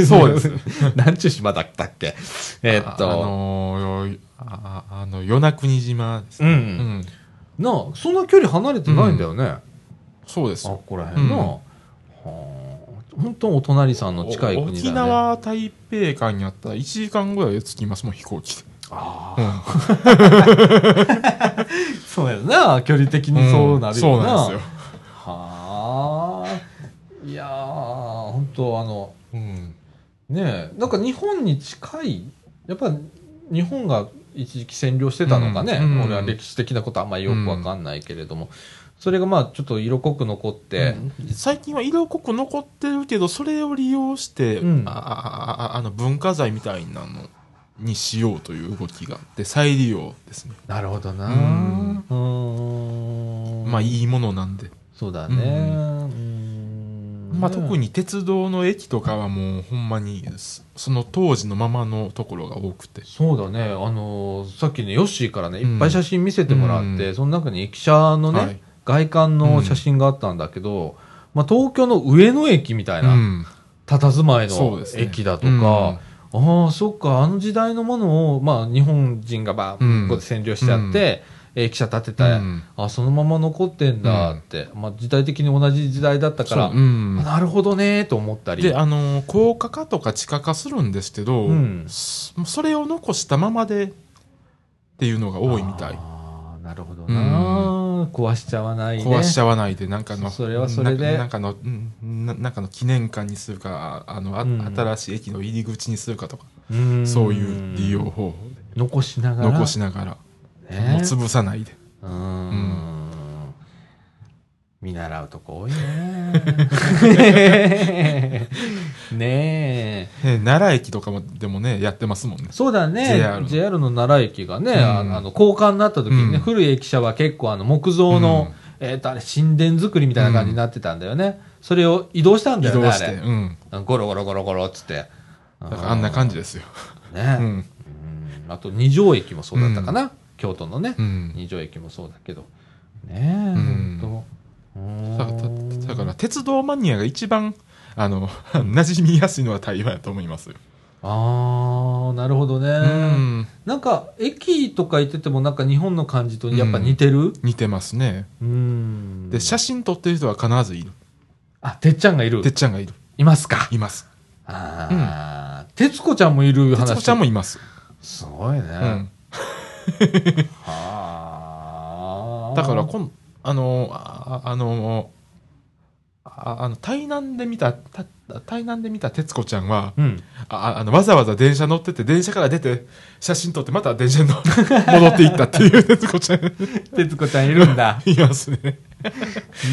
C: そう です
A: なんちゅう島だったっけえーっと
C: ああのーよああの、与那国島です
A: う、
C: ね。うんん。
A: なあそんな距離離れてないんだよね、
C: そうです
A: あ
C: よ
A: こ。こら辺の、はあ本当お隣さんの近い国だね
C: 沖縄台北間にあったら1時間ぐらいで着きますもん飛行機で
A: あ
C: う
A: あ
C: ん
A: そうやな距離的にそうなる
C: そ
A: よ
C: う
A: な、
C: なんですよ、
A: はあいやー本当あの
C: うん、
A: ねえなんか日本に近いやっぱ日本が一時期占領してたのかね、
C: うんうん
A: 俺は歴史的なことあんまりよくわかんないけれども、それがまあちょっと色濃く残って、
C: 最近は色濃く残ってるけどそれを利用して、
A: うん
C: あああああの文化財みたいなのにしようという動きがあって再利用ですね、
A: なるほどな
C: うん
A: うーん
C: まあいいものなんで、
A: そうだね、
C: うん
A: うん
C: まあ、特に鉄道の駅とかはもうほんまにそその当時のままのところが多くて
A: そうだね、あのーさっきね、ヨッシーからね、
C: うん
A: いっぱい写真見せてもらって、
C: うん
A: その中に駅舎のね、
C: はい
A: 外観の写真があったんだけど、まあ、東京の上野駅みたいうな、
C: ん
A: 佇まい
C: そう
A: の
C: ですね
A: 駅だとか、ああ、そっか、あの時代のものを、まあ、日本人がば、こう
C: うん
A: 占領しちゃって、駅舎建てた、
C: うん
A: あそのまま残ってんだって、まあ、時代的に同じ時代だったから、
C: そううん
A: あなるほどねーと思ったり。
C: であの高架化とか地下化するんですけど、
A: うん
C: そそれを残したままでっていうのが多いみたい
A: あーなるほどな、壊しちゃわないで
C: 壊しちゃわないでなんかの
A: そそれはそれで
C: ななんかのうんななんかの記念館にするかああのあ、
A: うん
C: 新しい駅の入り口にするかとか、
A: うん
C: そういう利用方法
A: 残しなが
C: で
A: ら
C: 残しながら、
A: ね
C: もう潰さないで
A: うーん見習うとこ 多いねねえ
C: え奈良駅とかもでもねやってますもんね
A: そうだね JR,
C: JR
A: の奈良駅がね、
C: うん
A: あのあの交換になった時にね、
C: うん
A: 古い駅舎は結構あの木造の、えーとあれ神殿作りみたいな感じになってたんだよね、それを移動したん
C: 移
A: だよね
C: 動
A: あ
C: して、
A: れ
C: うん、
A: ゴロゴロゴロゴロっつって
C: だからあんな感じですよ、
A: ね、
C: う
A: うんん、あと二条駅もそうだったかな、京都のね、
C: うん
A: 二条駅もそうだけどねえ、
C: ん
A: ほんと
C: だ
A: う
C: から
A: ーん
C: だから鉄道マニアが一番あの 馴染みやすいのは台湾やと思いますよ。
A: ああなるほどね、
C: うん
A: なんか駅とか行っててもなんか日本の感じとやっぱ似てる
C: 似てますね。
A: うん
C: で写真撮ってる人は必ずいる。
A: あてっちゃんがいる
C: てっちゃんがいる。
A: いますか
C: います。
A: ああ、徹子ちゃんもいる
C: て
A: 話
C: つこちゃんもいます。
A: すごいね、
C: うん。
A: はあ
C: だからこんあのああのああの台南で見たた台南で見た徹子ちゃんは、
A: うん
C: ああのわざわざ電車乗ってて電車から出て写真撮ってまた電車に乗って 戻っていったっていう徹子ちゃん
A: 徹子ちゃんいるん だ
C: いますね。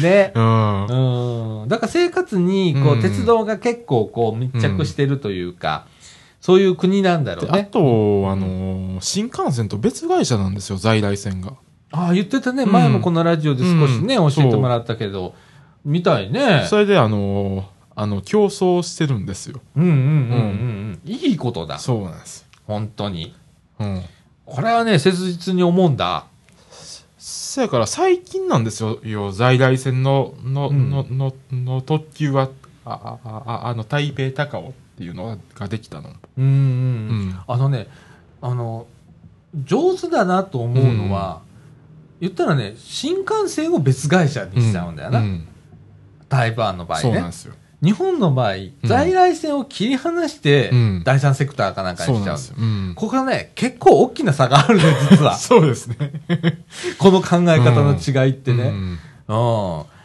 A: ね
C: うん。
A: うんだから生活にこう、
C: うん
A: 鉄道が結構こう密着してるというか、そういう国なんだろ
C: で
A: う
C: あ
A: ね。
C: と、あの新幹線と別会社なんですよ在来線が。
A: ああ、言ってたね、
C: うん
A: 前もこのラジオで少しね、
C: うん
A: 教えてもらったけど、みたいね。
C: それであのあの競争してるんですよ。
A: うんうんうんうんうん。いいことだ、
C: そうなんです。
A: 本当に。
C: うん。
A: これはね、切実に思うんだ。
C: そやから最近なんですよ、よ在来線の、の、
A: うん
C: の、の、の特急は、あ、あ、あ、あの、台北高尾っていうのができたの。
A: うんうん、う
C: うんん
A: あのね、あの、上手だなと思うのは、言ったらね、新幹線を別会社にしちゃうんだよな。
C: うん
A: 台湾の場合ね。
C: そうなんですよ。
A: 日本の場合、在来線を切り離して、
C: うん
A: 第三セクターかなんかに
C: そう
A: しち
C: な
A: ゃうんで
C: んで
A: す
C: す
A: よ
C: よ。。うん。。
A: ここがね、結構大きな差があるね、実は
C: そうですね。
A: この考え方の違いってね。
C: う
A: うん。
C: ん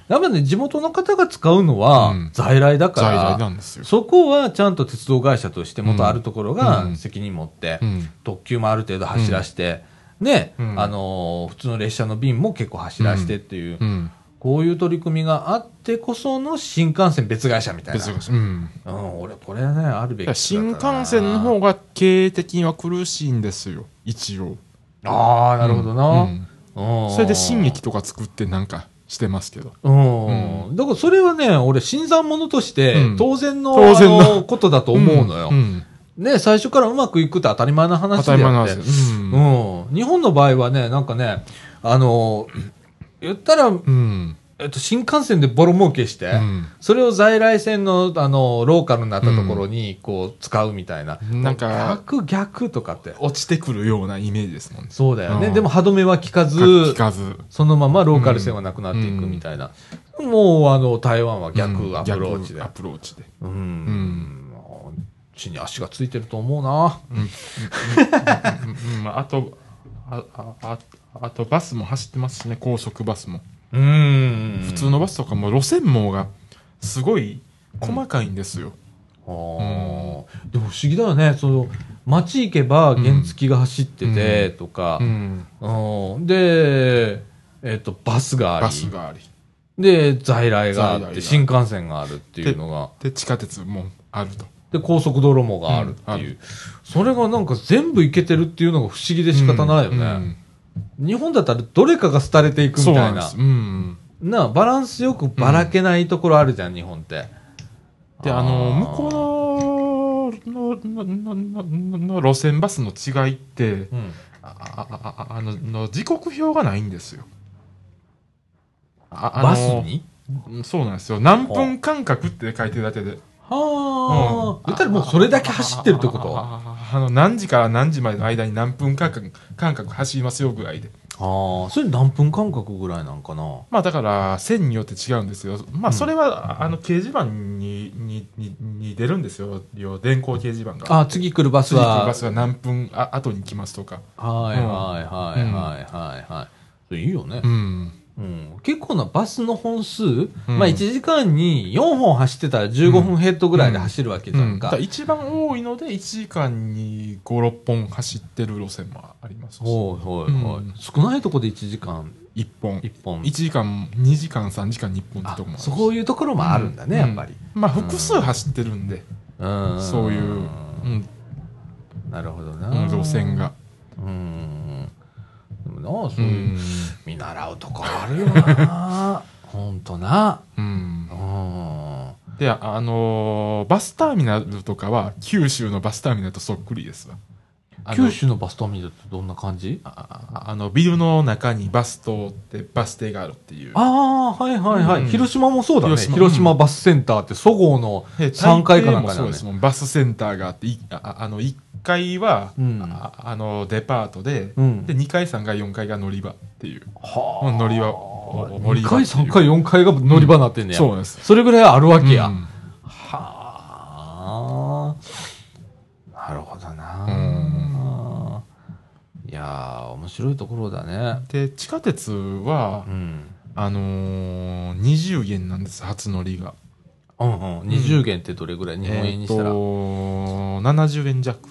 A: やっぱね、地元の方が使うのは
C: うん
A: 在来だから、
C: 在来なんですよ。
A: そこはちゃんと鉄道会社として元あるところ
C: う
A: が
C: ん
A: 責任持って、
C: うん
A: 特急もある程度走らして、ね、
C: うん
A: あのー普通の列車の便も結構走らしてっていう、
C: うん。
A: こういう取り組みがあってこその新幹線別会社みたいな。
C: 別に。うん。
A: うん、俺これね、あるべきだったな。
C: 新幹線の方が経営的には苦しいんですよ一応
A: ああ、なるほどな。
C: うん
A: うん
C: それで新駅とか作ってなんかしてますけど
A: うん、だからそれはね、俺、新参者として
C: う、ん
A: 当然の、
C: 当然の
A: あのことだと思うのよ、
C: ん
A: ね、最初からうまくいくって当たり前の
C: 当
A: 話で
C: た
A: あって。
C: り前なんですよ
A: う
C: うん
A: ん。日本の場合はね、なんかね、あの、言ったら、
C: うん
A: えっと、新幹線でボロ儲けして、
C: うん
A: それを在来線の、あの、ローカルになったところに、こう、使うみたいな。
C: なんか
A: 逆、逆とかって。
C: 落ちてくるようなイメージですもんね
A: そうだよね。
C: うん
A: でも歯止めは効かず、
C: 聞かず
A: そのままローカル線はなくなっていくみたいな。もう、あの、台湾は
C: うん
A: 逆アプローチで
C: 逆ア。プローチで
A: うん。
C: ん
A: 地に足がついてると思うな。
C: うんまああとああああとバスも走ってますしね高速バスも
A: うん。
C: 普通のバスとかも路線網がすごい細かいんですよ
A: ああ、でも不思議だよね。その、街行けば原付が走ってて、とか、
C: うん
A: うんで、えっ、と、バスがあ
C: バス
A: り、
C: があり
A: で、在来があ
C: 在
A: って、
C: 来が
A: 新幹線があるっていうのが、
C: で地下鉄もあると
A: で、高速道路もがあるって
C: うんあ
A: いう、
C: る
A: それがなんか全部行けてるっていうのが不思議で仕方ないよね。
C: うん
A: 日本だったらどれかが廃れていくみたいな。
C: そうなんです。
A: なあバランスよくばらけないところあるじゃん、日本って。
C: うん。で、あの、向こうの、の、の、の、の、の路線バスの違いって、
A: う。うん。
C: あ、あ、あ、あの、の時刻表がないんですよ。あ
A: バスに
C: うんそうなんですよ。何分間隔って書いてるだけで。
A: はあ。言ったらもうそれだけ走ってるってこと
C: ああああの、何時から何時までの間に何分間隔、間隔走りますよぐらいで。
A: ああ、それ何分間隔ぐらいなんかな。
C: まあだから、線によって違うんですよ。まあそれは、あの、掲示板に、に、に、に出るんですよ。要は電光掲示板が。
A: あ次来るバス
C: 次来る
A: は。
C: バスは何分あ後に来ますとか。
A: はいはいはいはいはいはい。それいいよね
C: う。ん。
A: うん。結構なバスの本数、
C: ん
A: まあ1時間に4本走ってたら15分ヘッドぐらいで走るわけじゃん
C: だ
A: か。
C: から一番多いので1時間に5、6本走ってる路線もありますし。
A: ほいほいほい、
C: うん
A: 少ないとこで1時間
C: 1本。
A: 1
C: 1
A: 本。
C: 時間、2時間、3時間に1本っ
A: あ
C: てとこもあるし
A: そういうところもあるんだね、
C: う
A: やっぱり。
C: まあ複数走ってるんで、
A: うん。
C: そういう、うん
A: なるほど
C: うん
A: な。
C: 路線が。
A: うん。でもな、そう
C: う
A: いう。
C: ん。
A: 見習うとこあるよ なほんとな
C: うん
A: う。ん
C: で、あのーバスターミナルとかは、九州のバスターミナルとそっくりですわ。あの
A: 九州のバスターミナルってどんな感じあ
C: ああの、ビルの中にバス停って、バス停があるっていう。
A: あーはいはいはい、
C: うん
A: 広島もそうだね広
C: 広
A: 島
C: 島
A: バスセンターってそごうの
C: で
A: 3階かなんかだよ
C: 台北もそう
A: ね
C: ですもんバスセンターがあっていああの1階は、
A: うん
C: ああのデパートで,、
A: うん
C: で2階3階4階が乗り場っていう
A: は
C: 乗り場おお乗り
A: 2
C: 場
A: 階3階4階が乗り場になってんねや、
C: うんそうです
A: それぐらいあるわけや、
C: うん
A: はあなるほどな、いやー面白いところだね
C: で地下鉄は、
A: うん
C: あのー、20元なんです初乗りが
A: うんうん、20元ってどれぐらい日本円にしたら、
C: えー、と70円弱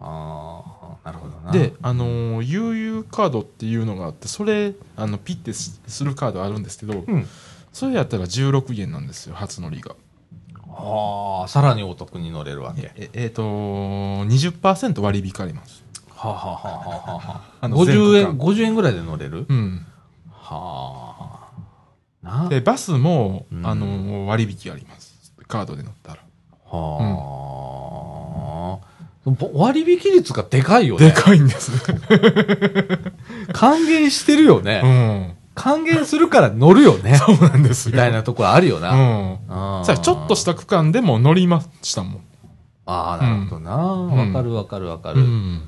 A: ああなるほどな
C: で、あのー、悠々カードっていうのがあってそれあのピッてすするカードあるんですけど、
A: うん
C: それやったら16元なんですよ初乗りが
A: ああさらにお得に乗れるわけ
C: ええー、と20%割引かれます
A: はあはあはあはあはあ
C: あの
A: 50
C: 全
A: 円
C: 区
A: 50円ぐらいで乗れる、
C: うん
A: はあな
C: でバスも、
A: うん
C: あの割引ありますカードで乗ったら
A: はあ、ぼ割引率がでかいよね
C: でかいん です、
A: 還元してるよね、
C: うん
A: 還元するから乗るよね
C: そうなんです
A: み
C: よ
A: たいなところあるよな、
C: うん
A: あー
C: さあちょっとした区間でも乗りましたもん
A: ああなるほどなわ
C: ん、
A: かるわかるわか
C: う
A: る、うん
C: ん、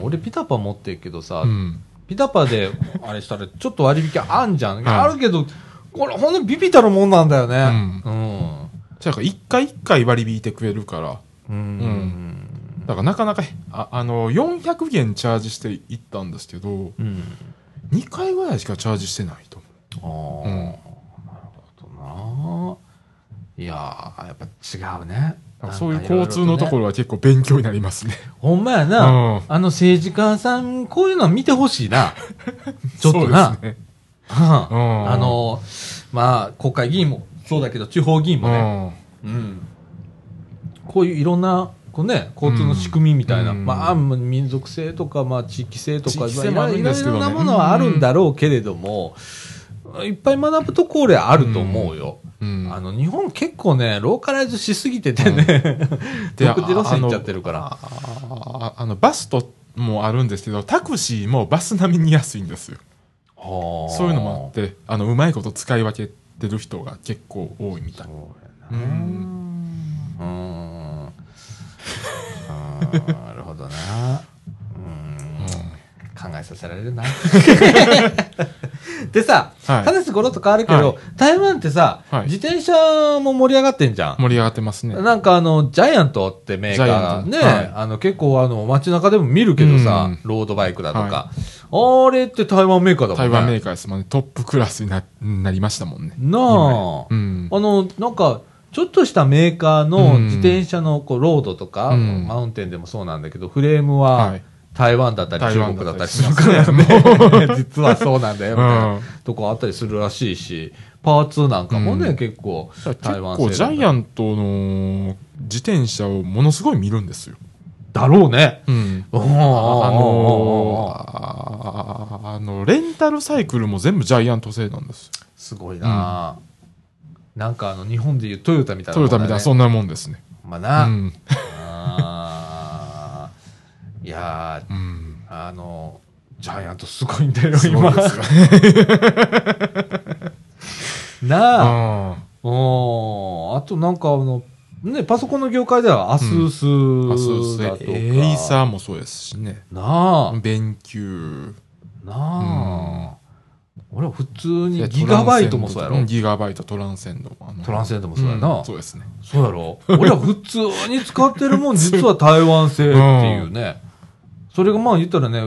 A: 俺ピタパ持ってるけどさ、
C: うん、
A: ピタパで、あれしたら、ちょっと割引あんじゃん。
C: ん
A: あるけど、これほんのビビたるもんなんだよね。
C: う
A: うん。
C: そやから一回一回割り引いてくれるから
A: うん
C: だからなかなかああの400元チャージしていったんですけど
A: うん
C: 2回ぐらいしかチャージしてないと思
A: ああ、
C: うん
A: なるほどないやーやっぱ違うね
C: うだからそういう交通のとこ
A: ろ
C: ろは結構勉強になりますね
A: ほんまやな、
C: うん
A: あの政治家さんこういうのは見てほしい なちょっと
C: そ
A: な
C: うですね
A: うん
C: うん
A: あのまあ国会議員もそうだけど地方議員もね、うんこういういろんなこうね、交通の仕組みみたいな、
C: うん
A: まあ民族性とか、まあ、地域性とか
C: 地域性もあるん
A: いろ
C: で
A: いろ
C: す
A: い
C: けど
A: ろ
C: ね
A: んなものはあるんだろうけれども、いっぱい学ぶところはあると思うよ、
C: うん、うん
A: あの日本結構ねローカライズしすぎててね、
C: で
A: 独自路線
C: あ
A: 行
C: の
A: っちゃってるから
C: ああのバスともあるんですけどタクシーもバス並みに安いんですよ
A: そ
C: そういうのもあってあのうまいこと使い分けてる人が結構多いみたい
A: そうや
C: う
A: な。
C: ん
A: うーん。あーなるほどな。うーん。考えさせられ るな。でさ、
C: はい
A: 話す頃と変わるけど、
C: は
A: 台湾ってさ、
C: はい
A: 自転車も盛り上がってんじゃん。
C: 盛り上がってますね
A: なんかあの、ジャイアントってメーカーがね、
C: ジャイアントはい
A: あの結構あの街中でも見るけどさ、
C: うん
A: ロードバイクだとか、あれって台湾メーカーだもんね。
C: 台湾メーカーですもんねトップクラスにななりましたもんね
A: なあ、
C: うん
A: あの、なんか、ちょっとしたメーカーの
C: うん
A: 自転車のこうロードとか、
C: うん
A: マウンテンでもそうなんだけど、フレーム
C: は
A: はい台湾だったり
C: 台
A: 中
C: 湾
A: 国だ
C: だ
A: っ
C: ったた
A: り
C: り
A: す
C: し
A: る
C: ま
A: からね。 実はそうなんだよ、みたいな
C: うん
A: とこあったりするらしいし、パーツなんかもね、
C: うん
A: 結構
C: 結
A: 台湾
C: 構ジャイ
A: ン
C: アントの自転車をものすごい見るんですよ、
A: だろうね。
C: うん
A: あ
C: あの
A: の
C: ーあのレンタルサイクルも全部ジャイアント製なんですよ
A: すごいな、なんかあの、日本でいうトヨタみたいな
C: ト
A: も
C: ヨ
A: んだ
C: タ
A: ね、
C: みたいなそんなもんですね
A: まあ
C: う
A: な。
C: ん、
A: あーいやー、
C: うん、
A: あの、ジャイアントすごいんだよ、
C: すご
A: 今
C: い。ですよ
A: なあ。
C: あ
A: うん。あとなんかあの、ね、パソコンの業界ではアスース
C: あそう
A: だと
C: です
A: か。
C: ねエイサーもそうですしね
A: なあ。
C: 勉強
A: なあ。俺は普通にギガバイトもそうやろ。
C: ギガバイトトランセンドもあの
A: トランセンドもそうやな。
C: んそ
A: そうう
C: ですね
A: やろ。俺は普通に使ってるもん、実は台湾製っていうね。それがまあ言ったらね、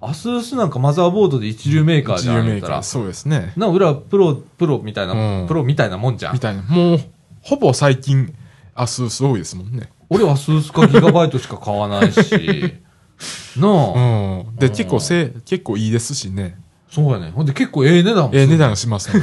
A: アスースなんかマザーボードで一流メーカーじ
C: 自
A: ゃ
C: 由
A: ん。言
C: メ
A: っ
C: ー
A: た
C: カ
A: ら
C: ーそうですね
A: な、俺はプロ、プロみたいな、
C: うん
A: プロみたいなもんじゃん
C: み。たいなもうほぼ最近アスース多いですもんね
A: 俺はスースかギガバイトしか買わない し。なあ、
C: うんで
A: うん
C: 結構せ結構いいですしね
A: そうやね。ほんで結構ええ値段もする
C: ええ値段しますね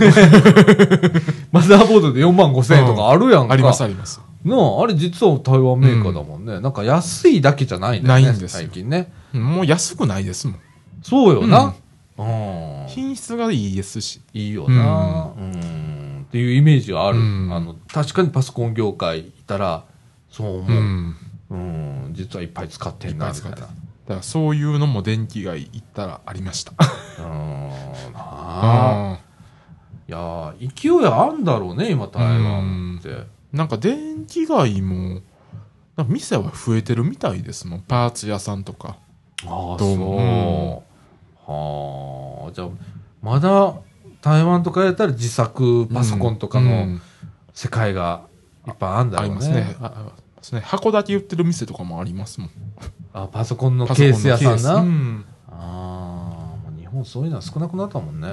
A: マザーボードで4万5千円とかあるやんか。
C: ありますあります
A: なあ、あれ実は台湾メーカーだもんね。なんか安いだけじゃないんだよね。
C: ないんですよ
A: 最近ね。
C: もう安くないですもん
A: そうよな。うん。
C: 品質がいいですし
A: いいよな、うん、っていうイメージがある、
C: うん
A: あの。確かにパソコン業界いたら、そう
C: う
A: 思う。
C: ん
A: うん、実はいっぱい使ってんな、みたい
C: いっ
A: な
C: ぱい使。だからそういうのも電気街行ったらありました
A: うーんなあ
C: あ
A: いやー勢いあんだろうね今台湾って
C: なんか電気街もなんか店は増えてるみたいですもんパーツ屋さんとか
A: ああ
C: ど
A: そう
C: も
A: うはあじゃあまだ台湾とかやったら自作パソコンとか
C: う
A: の
C: ん
A: 世界がいっぱいあんだ
C: あ
A: ろうね,、
C: りますねあありますね箱だけ売ってる店とかもありますもん
A: あパソコンのケース屋さんな、
C: パソコンのケースうん
A: ああ日本そういうのは少なくなったもんね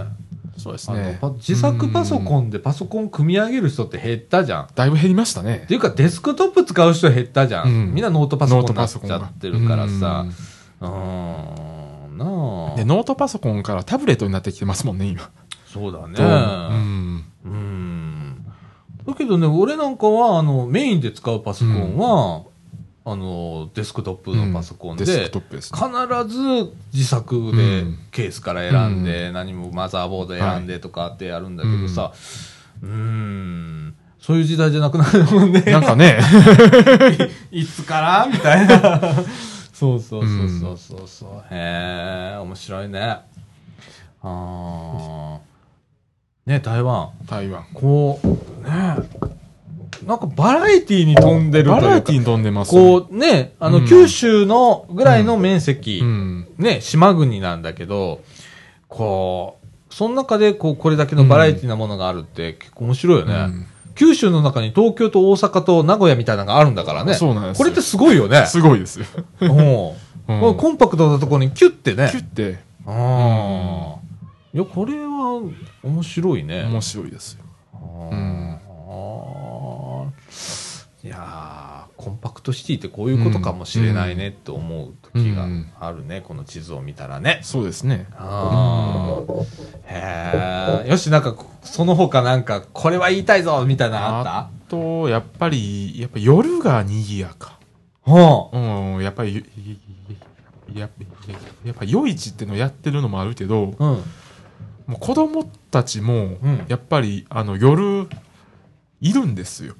C: そうです
A: あの
C: ね
A: パ自作パソ
C: ン
A: コンでパソコン組み上げる人って減ったじゃん
C: だいぶ減りましたね
A: っていうかデスクトップ使う人減ったじゃん、
C: うん
A: みんなノートパソ
C: ノー
A: コン
C: ト
A: にな
C: パ
A: っち
C: ソコン
A: ゃ
C: が
A: ってるからさ
C: うん
A: うーんなあ
C: でノートパソコンからタブレットになってきてますもんね今
A: そうだね
C: どうもうん
A: うんだけどね俺なんかはあのメインで使うパソコンは、あのデスクトップのパソコンで、
C: うんデスクトップですね
A: 必ず自作で
C: うん
A: ケースから選んで、何もマザーボード選んでとかってやるんだけどさ、うーんそういう時代じゃなくなるもんね
C: なん かね
A: いつからみたい な。そうそうそうそうそうそう。へえ、面白いね。ああ。ね、台湾。
C: 台湾
A: こう、ね。なんかバラエティに飛んでるという
C: バ
A: か。
C: ラエティに飛んでますね
A: こうね、あの、
C: うん
A: 九州のぐらいの面積、
C: うん
A: ね、島国なんだけど、こう、その中でこう、これだけのバラエティなものがあるって結構面白いよね。
C: うん
A: 九州の中に東京と大阪と名古屋みたいなのがあるんだからね。
C: そうなんです
A: こ
C: よ
A: れってすごいよね。
C: すごいですよ。
A: うん。こ
C: うん
A: れコンパクトなところにキュッてね
C: キュ。って
A: ああ。いや、これは面白いね。
C: 面白いですよ。うん。
A: あーいやーコンパクトシティってこういうことかもしれないねと思う時があるね、この地図を見たらね。
C: そうですね。
A: あーへえ。よし、なんか、その他なんか、これは言いたいぞみたいなのあった
C: あと、やっぱり、やっぱ夜が賑やか。
A: ほ
C: うん、やっぱり、やっぱやっぱ夜市ってのやってるのもあるけど、
A: う。うん。
C: もう子供たちも
A: うん、
C: やっぱり、あの、夜、いるんですよ。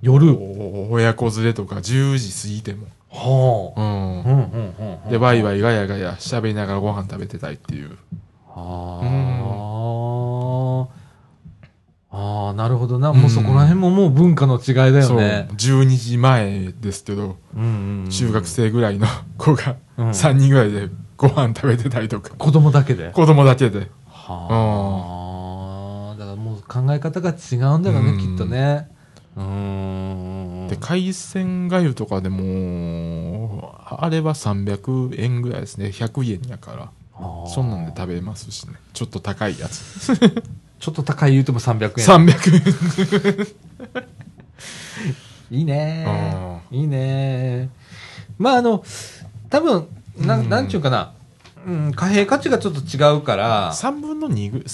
A: 夜。
C: お親子連れとか10時過ぎても。
A: ほう。
C: う
A: うんうんうんうん
C: ん。で、ワイワイガヤガヤ喋りながらご飯食べてたいっていう。
A: あーあー、なるほどな。もうそこら辺ももう文化の違いだよ
C: そう。
A: ね。
C: 12時前ですけど、
A: うんうんうん
C: 中学生ぐらいの 子が
A: うん
C: 3人ぐらいでご飯食べてたりとか、
A: 子供だけで。
C: 子供だけで。
A: はあ、だからもう考え方が違うんだろうね、
C: うん
A: きっとね。うーん。
C: で、海鮮粥とかでも、あれは300円ぐらいですね。100円やから。
A: あー
C: そんなんで食べますしね。ちょっと高いやつ。
A: ちょっと高い言うても300円。
C: 300
A: いいねーいいねーまああの、多分、な
C: うん
A: ん、なんちゅうかな。うん、貨幣価値がちょっと違うから、
C: 3分の2ぐ、い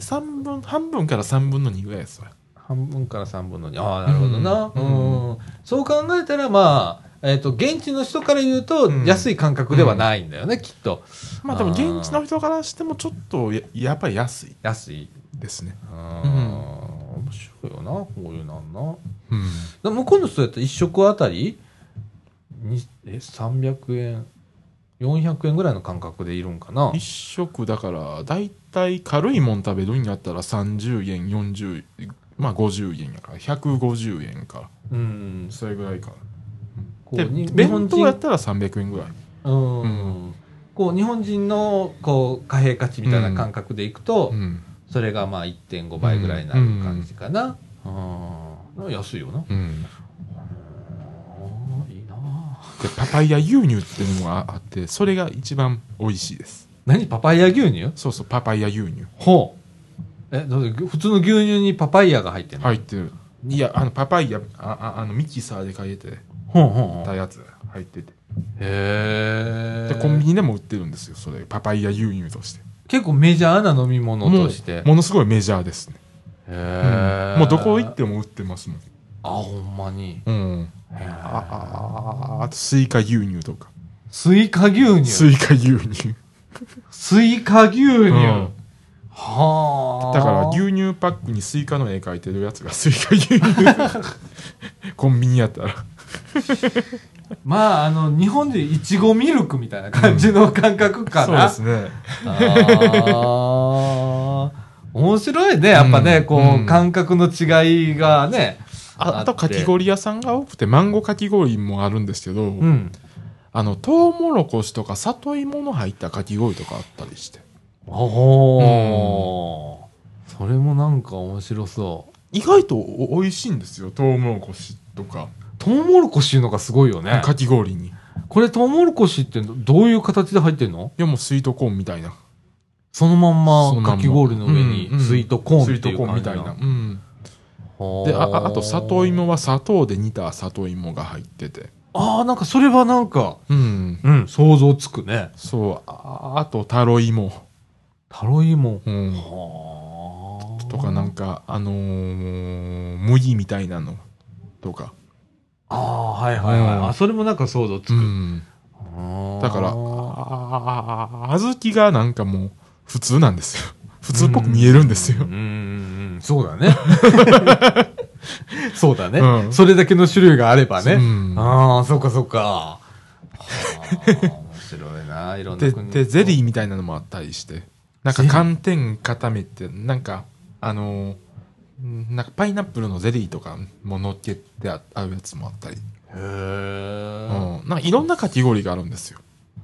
C: 三分、半分から3分の2ぐらいですわ。
A: 半分から3分の2。ああ、なるほどな。う
C: うん
A: ん。そう考えたら、まあ、えっ、と、現地の人から言うと
C: うん、
A: 安い感覚ではないんだよね、きっと。
C: まあでも現地の人からしてもちょっとややっぱり安い
A: 安い。
C: ですね。
A: うん。面白いよな、こういうなんな。
C: うん。
A: だ向こうの人だったら1食あたりにえ300円400円ぐらいの感覚でいるんかな
C: 一食だから大体軽いもん食べるんやったら30円40まあ50円やから150円か
A: うん
C: それぐらいか
A: こ
C: で
A: うに日
C: 弁
A: 本
C: 当やっ
A: 人
C: たら300円ぐらい
A: うん、
C: うん
A: こう日本人のこう貨幣価値みたいな感覚でいくと、
C: うん
A: それがまあ1.5倍ぐらいになる感じかな、うん安いよな
C: うんで
A: あーいいな
C: パパイヤ牛乳っていうのがあってそれが一番美味しいです
A: 何パパイヤ牛乳
C: そうそうパパイヤ牛乳
A: ほうえどう普通の牛乳にパパイヤが入ってんの、
C: 入ってるいやあのパパイヤあああのミキサーでかけて
A: ほうほうほう
C: たやつ入ってて
A: へ
C: で
A: え
C: コンビニでも売ってるんですよそれパパイヤ牛乳として
A: 結構メジャーな飲み物として
C: もうものすごいメジャーですね、
A: へー
C: もうどこ行っても売ってますもん
A: あほんまに
C: うん
A: へー
C: ああああとスイカ牛乳とか
A: スイカ牛乳
C: スイカ牛乳
A: スイカ牛乳、
C: うん
A: はあ
C: だから牛乳パックにスイカの絵描いてる やつがスイカ牛乳コンビニやったら
A: まああの日本でいちごミルクみたいな感じの感覚かな、
C: そうですね
A: あー面白いねやっぱね、
C: うん
A: こ
C: う
A: うん感覚の違いがね
C: ああと
A: って
C: かき氷屋さんが多くてマンゴーかき氷もあるんですけど、
A: うん
C: あのトウモロコシとか里芋の入ったかき氷とかあったりして
A: おお、それもなんか面白そう
C: 意外とお美味しいんですよトウモロコシとか
A: トウモロコシいうのがすごいよね
C: かき氷にい
A: これトウモロコシってどどういう形で入ってんの
C: やもうスイートコーンみたいな
A: そのまん
C: その
A: ま
C: まんま
A: かき氷の上に
C: うんうん
A: スイートコーンってい
C: スイート
A: う
C: コーン
A: 感
C: み
A: じ
C: たいな、
A: な
C: うん、で
A: で
C: あああと里芋は砂糖で煮た里芋が入ってて
A: ああなんかそれはなんか、
C: うん
A: うん、想像つくね
C: そうああとタロイモ、
A: タロイモ
C: うん、
A: はあ
C: とかなんかあのー、麦みたいなのとか、
A: ああはいはいはい、
C: うん
A: あそれもなんか想像つく、
C: うん、
A: あー
C: だからあああ小豆がなんかもう普通なんですよ 普通っぽく見えるんです
A: う
C: よ
A: んうんうんそうだね そうだね、
C: うん
A: それだけの種類があればね、
C: うん
A: ああそうかそうかはあ面白いないろんな
C: で
A: 国
C: でゼリーみたいなのもあったりしてなんか寒天固めてなんかあのーんなんかパイナップルのゼリーとかも乗っけてあ合うやつもあったり、
A: へえ、
C: うん、なんかいろんなかき氷があるんですよ、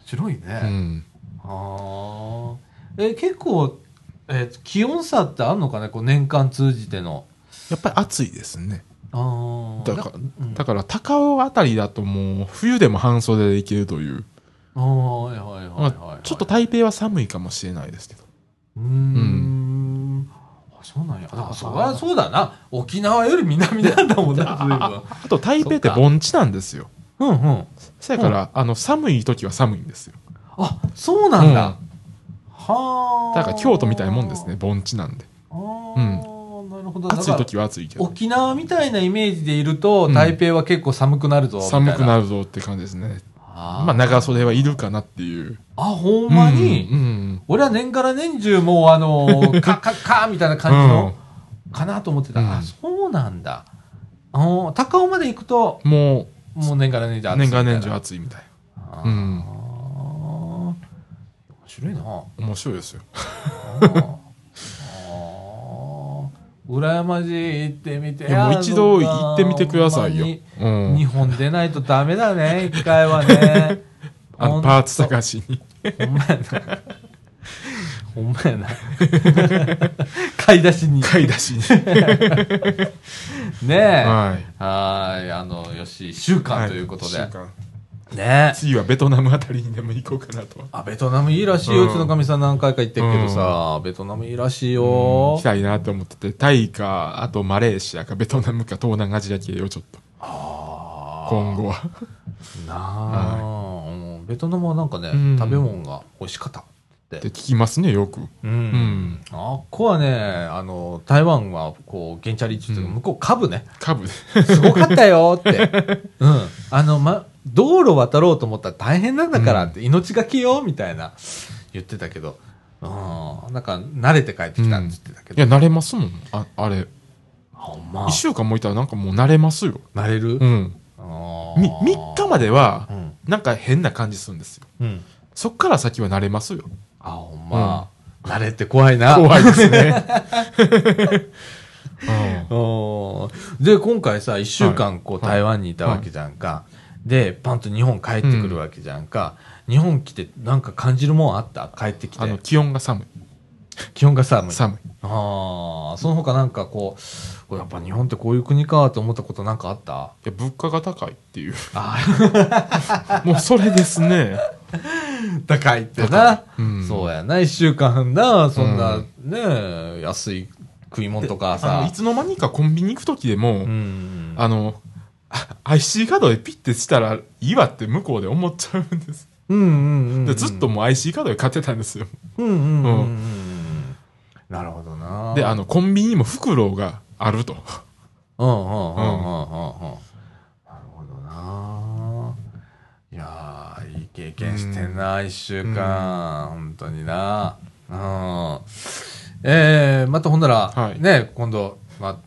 A: 白いね、
C: うん、
A: ああ。え、結構、えー気温差ってあるのかねこう年間通じての。
C: やっぱり暑いですね
A: ああ
C: だからだから高尾あたりだともう冬でも半袖でいけるという、
A: ああはいはいはいはい、
C: まあちょっと台北は寒いかもしれないですけど
A: うーんあそうなんやだからそりゃそうだな沖縄より南なんだもん な随分
C: あと台北って
A: そっか
C: 盆地なんですよ
A: うんうん
C: そやから、あの寒い時は寒いんですよ
A: あそうなんだ、
C: うん
A: はあ
C: だから京都みたいなもんですね盆地なんで
A: あーなるほど
C: 暑い
A: だか
C: 時は暑いけ
A: ら
C: ど
A: 沖縄みたいなイメージでいると、
C: うん
A: 台北は結構寒くなるぞみたいな
C: 寒くなるぞって感じですね
A: あー、
C: まあ長袖はいるかなっていう
A: あほんまに、
C: うんうん
A: 俺は年から年中もうあの ーカッカッカーみたいな感じの、かなと思ってた、
C: うん
A: あそうなんだあの高尾まで行くと
C: うんも
A: もう年から年中
C: う
A: 暑いみ
C: 年
A: た
C: が
A: いな
C: 年中暑いみたい
A: あ
C: なう
A: ー
C: ん
A: 面白いなあ
C: 面白いですよ
A: ーあー羨ましい行ってみて
C: いやもう一度行ってみてくださいよ
A: ほんまに
C: うん
A: 日本出ないとダメだね一回はね
C: あのパーツ探し に
A: ほんまやな。ほんまやな。買い出しに。
C: 買い出しに
A: ねえ。は
C: はい
A: ーい。あの、よし、一週間ということで。
C: はい一週間
A: ねえ。
C: 次はベトナムあたりにでも行こうかなとは
A: あ、ベトナムいいらしいよ。う
C: う
A: んちのかみさん何回か行ってるけどさ、ベトナムいいらしいよ
C: 行き。たいなと思っててタイかあとマレーシアかベトナムか東南アジア系をちょっと今後 は
A: なあ、うんベトナムはなんかね、
C: うん
A: 食べ物が美味しかったっ
C: って
A: て。
C: 聞きますねよく
A: う。
C: うんん
A: あっこはね、あの、台湾はこう、ゲンチャリって言ってたけど、
C: うん
A: 向こう株ね。
C: カブです
A: ごかったよって。 うん。あの、ま、道路渡ろうと思ったら大変なんだからって、命がけよ、みたいな、言ってたけど。うん。なんか、慣れて帰ってきたって言ってたけ
C: い
A: ど。
C: や慣れますもんああれ
A: ほんま
C: 1。週間もいたらなんかもう慣れますよ
A: 慣れる
C: うん
A: あー
C: み3日までは
A: うん。
C: なんか変な感じするんですよ
A: うん。
C: そっから先は慣れますよ
A: あ、ほんま。慣れって怖いな。
C: 怖いで すね うん
A: おーで、今回さ、一週間こう、
C: はい
A: 台湾にいたわけじゃんか。で、パンと日本帰ってくるわけじゃんか。日本来てなんか感じるもんあった帰ってき
C: あの
A: て。
C: 気温が寒
A: 気温が
C: い
A: 寒い。
C: 寒い
A: ああ、その他なんかこう、こうやっぱ日本ってこういう国かと思ったことなんかあった
C: いや物価が高いっていう
A: あ
C: もうそれですね
A: あ、高いってな。
C: うん
A: そうやな、一週間な、そんな
C: う
A: ね、安い食い物とか
C: あの
A: さ
C: い。つの間にかコンビニ行く時で
A: う
C: も、
A: ん。
C: あのあ IC カードでピッてしたらいいわって向こうで思っちゃうんです、
A: うんうんうん。
C: でずっと。もう IC カードで買ってたんですよ
A: うんうんうんう。
C: うん
A: なるほどな。
C: であのコンビニにも袋があると
A: うんうんうんうんうんうん。なるほどな。いやー、いい経験してんな、一週間。本当にな。うん。えー、またほんなら、
C: はい
A: ね、今度、まあ、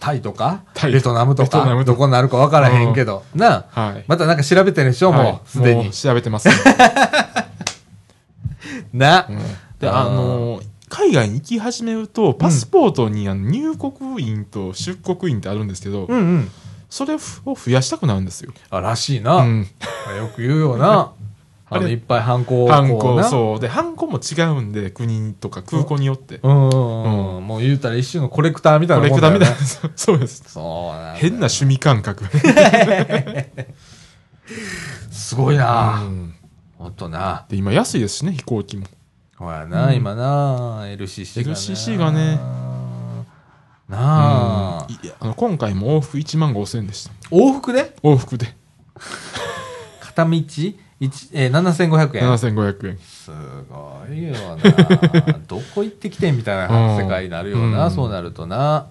A: タイとか、
C: タイ
A: ベトナムと
C: ベトナ
A: か、
C: ム
A: ど
C: とか
A: こになるかわからへんけど、な、
C: はい
A: またなんか調べてるでしょ、
C: はい
A: もう、すで
C: も
A: に
C: う。調べ てます、
A: な。
C: であの海外に行き始めるとパスポートにあの入国員と出国員ってあるんですけど、
A: うんうん。
C: それを増やしたくなるんですよ、
A: あ、らしいな。
C: うん
A: よく言うよな。あ
C: あ
A: の、
C: れ
A: いっぱいハンコを
C: ハン
A: こう
C: コ
A: な
C: そうでハンコも違うんで国とか空港によって、
A: うんうんうん、もう言うたら一種のコレクターみたい
C: こ
A: な
C: れ
A: も
C: く
A: ん
C: だ
A: だ
C: め
A: よ、
C: だ
A: ね、
C: そう そうです
A: そうなんだよ
C: 変な趣味感覚
A: すごいな、
C: うん
A: ほんとな
C: で今安いですしね飛行機も
A: ほやな、今な LCC がね
C: LCC がね
A: なあ、
C: うんいやあの今回も往復1万5000円でした
A: 往復で
C: 往復で
A: 片道一えー、7500円
C: 7500円
A: すごいよな どこ行ってきてんみたいな
C: うん
A: 世界になるよな、
C: うん
A: そうなるとな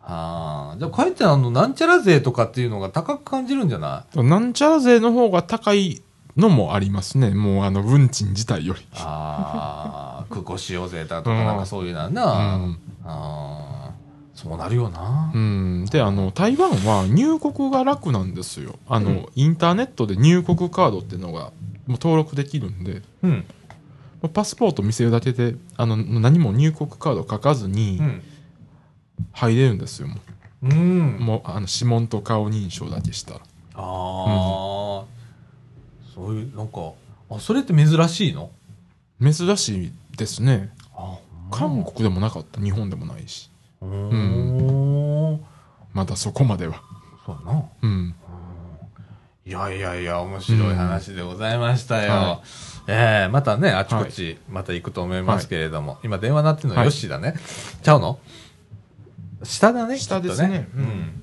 A: あーじゃあかえってあのなんちゃら税とかっていうのが高く感じるんじゃない
C: なんちゃら税の方が高いのもありますねもうあの運賃自体より
A: あー空港使用税だと
C: う
A: か
C: ん
A: なんかそういうのはな、
C: うん
A: あーそうなるよな、
C: うん、であの台湾は入国が楽なんですよあの、インターネットで入国カードっていうのがもう登録できるんでも
A: うん
C: うパスポート見せるだけであの何も入国カード書かずに
A: うん
C: 入れるんですよ、も
A: うん
C: うもうあの指紋と顔認証だけしたら
A: ああ、そういうなんかあそれって珍しいの
C: 珍しいですね
A: あ
C: 韓国でもなかった日本でもないし
A: うん
C: まだそこまでは。
A: そうやな。
C: うん。
A: いやいやいや、面白い話でございましたよ。
C: うんは
A: ええまたね、あちこち、また行くと思いますけれども、今電話なってるの
C: はい
A: よっしーだね。ちゃうの下だね、
C: 下
A: きっと
C: ですね
A: うん。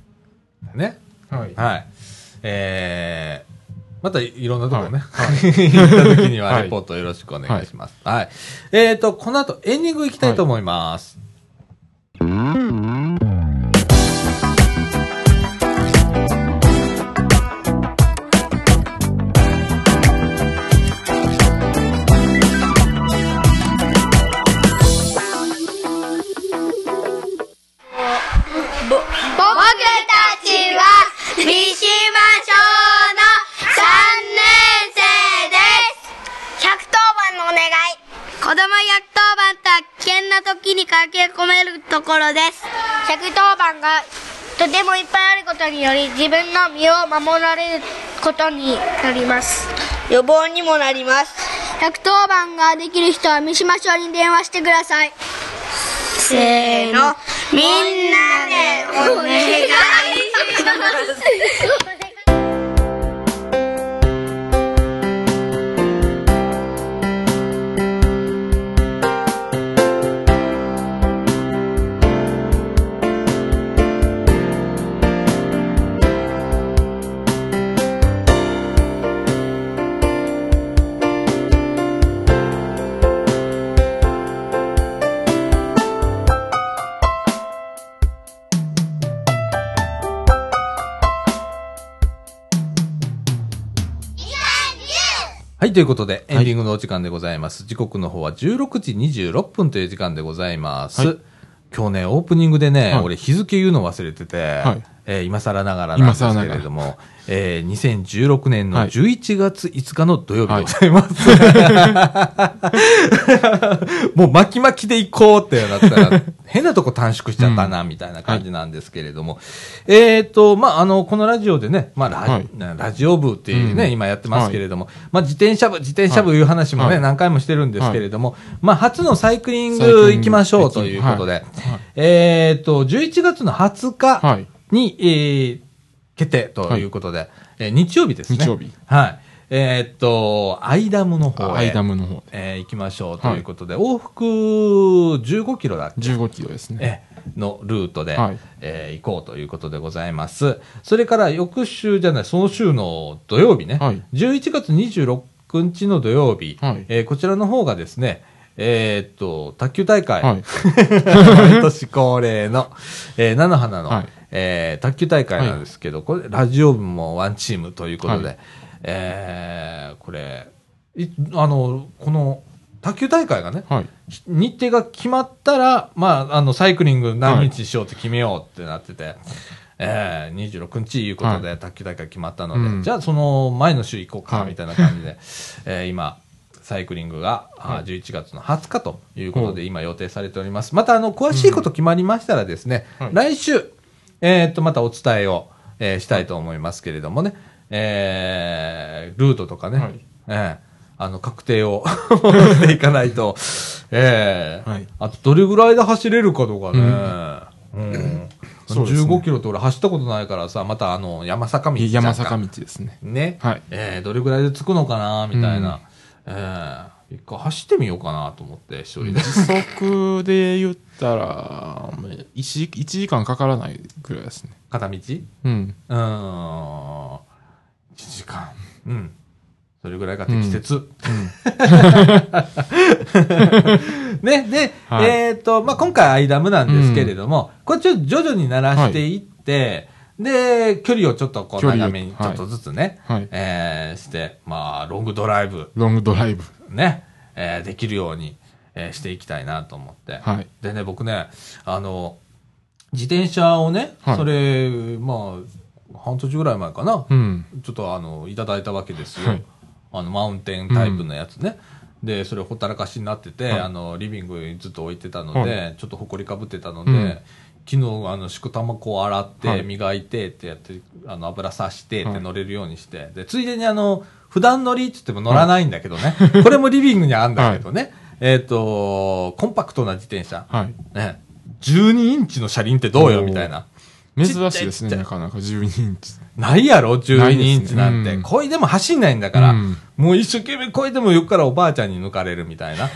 A: ね。
C: はい。
A: はい。ええまたいろんなとこね、
C: は
A: 行った時には
C: はい
A: レポートよろしくお願いします。はい。えっ、と、この後エンディング行きたいと思います。
D: 僕たちは三島小の3年生です110番のお願い子供110番と危険な時に駆け込めるところです
E: 110番がとてもいっぱいあることにより自分の身を守られることになります
D: 予防にもなります
E: 110番ができる人は三島署に電話してください
D: せーのみんなでお願いします
A: はい、ということで、エンディングのお時間でございます。時刻の方は16時26分という時間でございます。
C: はい
A: 今日ね、オープニングでね、
C: はい
A: 俺日付言うの忘れてて、
C: はい
A: えー今更ながらなんですけれども、えー2016年の
C: はい
A: 11月5日の土曜日でございます。 もう巻き巻きで行こうってなったら、変なとこ短縮しちゃったな、みたいな感じなんですけれども。えっ、と、まあ、あの、このラジオでね、まあラ、
C: はい
A: ラジオ部っていうね、
C: うん
A: 今やってますけれども、まあ、自転車部、自転車部
C: はい
A: いう話もね、
C: はい
A: 何回もしてるんですけれども、まあ、初のサイクリン
C: サイクリン
A: グ
C: グ
A: 行きましょうということで、
C: はいはい
A: えっ、と、11月の20日、
C: はい。
A: に、えー決定ということで、えー日曜日ですね。
C: 日曜日
A: はい。えーっと、アイダムの方へ。
C: アイダムの方。
A: えー行きましょうということで、往復15キロだっけ
C: 15キロですね。
A: えーのルートで、
C: はい
A: えー行こうということでございます。それから翌週じゃない、その週の土曜日ね、
C: はい
A: 11月26日の土曜日、
C: はい
A: えーこちらの方がですね、えーっと、卓球大会、
C: はい。
A: 毎年恒例の、えー、菜の花の、
C: はい
A: えー卓球大会なんですけど、これ、ラジオ部もワンチームということで、
C: はい
A: えーこれ、いあの、この、卓球大会がね、
C: はい。
A: 日程が決まったら、まあ、あの、サイクリング何日しようって決めようってなってて、えー、26日いうことで、
C: は
A: 卓球大会決まったので、
C: うん
A: じゃあその前の週行こうか、
C: はい
A: みたいな感じで、 えー今、サイクリングが、あー11月の20日ということで、今予定されております。また、あの、詳しいこと決まりましたらですね、
C: うんはい
A: 来週、えーっと、またお伝えを、えーしたいと思いますけれどもね、えー、ルートとかね、
C: はい
A: ええあの、確定を していかないと、ええ
C: はい
A: あと、どれぐらいで走れるかとかね。うん。
C: そうですね
A: 15キロって俺走ったことないからさ、またあの、山坂道じゃんか。
C: 山坂道ですね。
A: ね。
C: はい
A: ええどれぐらいで着くのかな、みたいな。ええ一回走ってみようかなと思って、一人で。
C: 時速で言ったら、一1時間かからないぐらいですね。
A: 片道
C: うん。
A: うーん。1時間。うん。それぐらいが適切。ね、で、
C: はい
A: えっ、と、まあ、今回アイダムなんですけれども、これちょっと徐々に鳴らしていって、で、距離をちょっとこう
C: 距離を
A: 長めにちょっとずつね、
C: はい
A: えーして、まあ、ロングドライブ
C: ロングドライブ。
A: ね、えーできるように、えーしていきたいなと思って。
C: はい。
A: でね、僕ね、あの、自転車をね、
C: はい
A: それ、まあ、半年ぐらい前かな、
C: うん。
A: ちょっとあのいただいたわけですよ、
C: はい
A: あのマウンテンタイプのやつね、でそれほったらかしになってて、
C: はい
A: あのリビングにずっと置いてたので、
C: は
A: ちょっとほこりかぶってたので、
C: うん
A: 昨日あのしこたまこう洗って、
C: はい
A: 磨いてってやってあの油さしてっ
C: は
A: て
C: い
A: 乗れるようにして、でついでにあの普段乗りって言っても乗らないんだけどね、 これもリビングにあるんだけどね、えっ、とコンパクトな自転車、
C: はい。
A: ね、12インチの車輪ってどうよ
C: おー
A: みたいな。
C: 珍しいで
A: ち
C: す
A: っちゃいちっち
C: ね、
A: ゃい
C: なかなか12インチ。
A: ないやろ
C: な
A: ?12
C: いですね
A: インチなんて。
C: うん
A: こいでも走んないんだから、
C: うん
A: もう一生懸命こいでも横からおばあちゃんに抜かれるみたいな、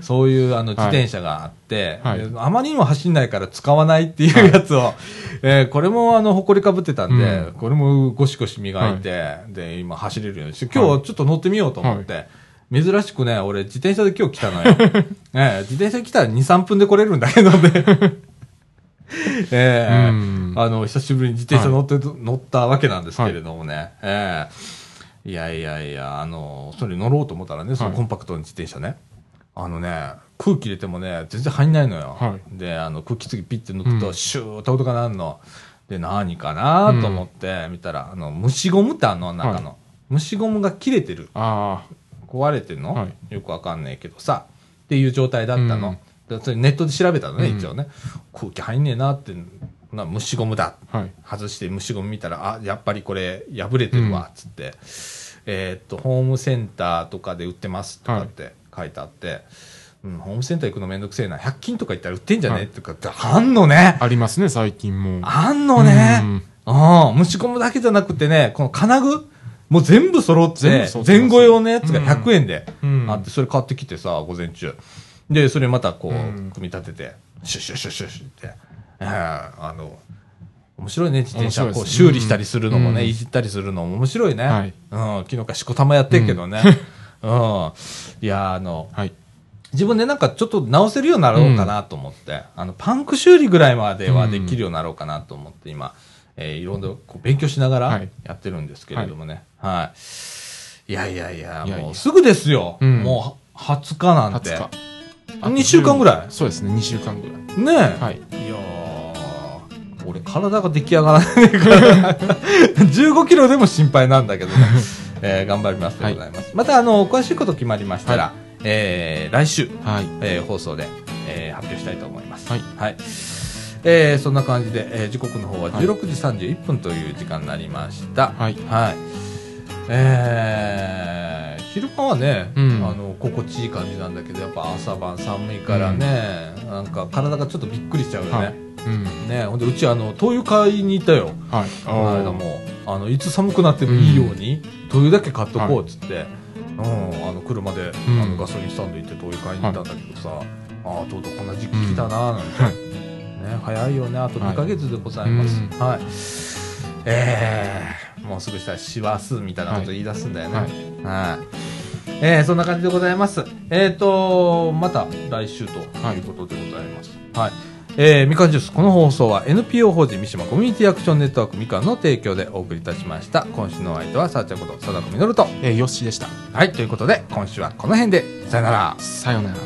A: そういうあの自転車があって、
C: はい
A: であまりにも走んないから使わないっていうやつを、えーこれもあの、埃かぶってたんで、
C: うん
A: これもゴシゴシ磨いて、で、今走れるようにして、今日ちょっと乗ってみようと思って、珍しくね、俺自転車で今日来たの よ。ええ自転車で来たら2、3分で来れるんだけど ね。ええ
C: うん
A: あの、久しぶりに自転車乗って、乗ったわけなんですけれどもね。ええいやいやいや、あの、それ乗ろうと思ったらね、その
C: はい
A: コンパクトの自転車ね。あのね、空気入れてもね、全然入んないのよ。
C: は
A: で、あの、空気継ぎピッて抜く
C: う
A: と、
C: ん
A: シューッと音が鳴るの。で、何かなと思って見たら、あの、虫ゴムってあんの中の。虫ゴムが切れてる。
C: あ
A: 壊れてんの、
C: は
A: よくわかんないけどさっていう状態だったの、でそれネットで調べたのね、
C: うん
A: 一応ね空気入んねえなってな虫ゴムだ
C: あ、はい。
A: 外して虫ゴム見たらあやっぱりこれ破れてるわっつって、えーっとホームセンターとかで売ってますとかって書いてあって、うん、ホームセンター行くのめんどくせえな100均とか行ったら売ってんじゃね、
C: はい
A: とかってあんのね
C: ありますね、最近もう。
A: あんのね。うん。虫込むだけじゃなくてね、この金具、もう全部揃って、
C: 全部揃ってます
A: 前後用のやつが100円で、
C: うん
A: あって、それ買ってきてさ、午前中。で、それまたこう、
C: ん
A: 組み立てて、シュッシュッシュッシュッシュって、ええあの、面白いね、自転車。
C: 面白いです
A: こう修理したりするのもね、
C: うん
A: いじったりするのも面白いね。
C: はい
A: うん、昨日かしこたまやってるけ どね。うん。いや、あの、
C: はい。
A: 自分でなんかちょっと直せるようになろうかなと思って、あのパンク修理ぐらいまではできるようになろうかなと思って今、えーいろんなこう勉強しながら
C: はい
A: やってるんですけれどもね、はいい、やいやいや
C: いやいや
A: もうすぐですよ、
C: うん
A: もう20日なんて
C: 20日。
A: 2週間ぐら
C: そうですね、2週間ぐらい。
A: いねえ、
C: はい。
A: い、やー俺体が出来上がらないから 15キロでも心配なんだけど ね、えー頑張りますでございます、またあの詳しいこと決まりましたら、
C: は
A: えー来週
C: はい。
A: えー放送で、えー発表したいと思います。
C: はい
A: えーそんな感じで、えー時刻の方は
C: はい
A: 16時31分という時間になりました。
C: はい
A: えー昼間はね、
C: うん
A: あの心地いい感じなんだけどやっぱ朝晩寒いからね、なんか体がちょっとびっくりしちゃうよね。
C: はい。うん。
A: ねほんでうちあの灯油買いに行ったよ。
C: はい。
A: この間もあのいつ寒くなってもいいように灯油だけ買っとこうっつって、うん、あの車で、
C: ん
A: あのガソリンスタンド行って灯油買いに行ったんだけどさ、ああとうとうこんな時期来たなーなんて、
C: はい
A: ね、早いよねあと
C: はい
A: 2ヶ月でございます
C: うん
A: はい、えーもうすぐしたら師走みたいなこと言い出すんだよね、
C: はい
A: はいえーそんな感じでございます。えっ、と、また来週ということでございます。はい。えーみかんジュース、この放送は NPO 法人三島コミュニティアクションネットワークみかんの提供でお送りいたしました。今週のお相手は、さあちゃんこと、貞子みのると。
C: えー、よっしーでした。
A: はい、ということで、今週はこの辺で、さよなら。
C: さようなら。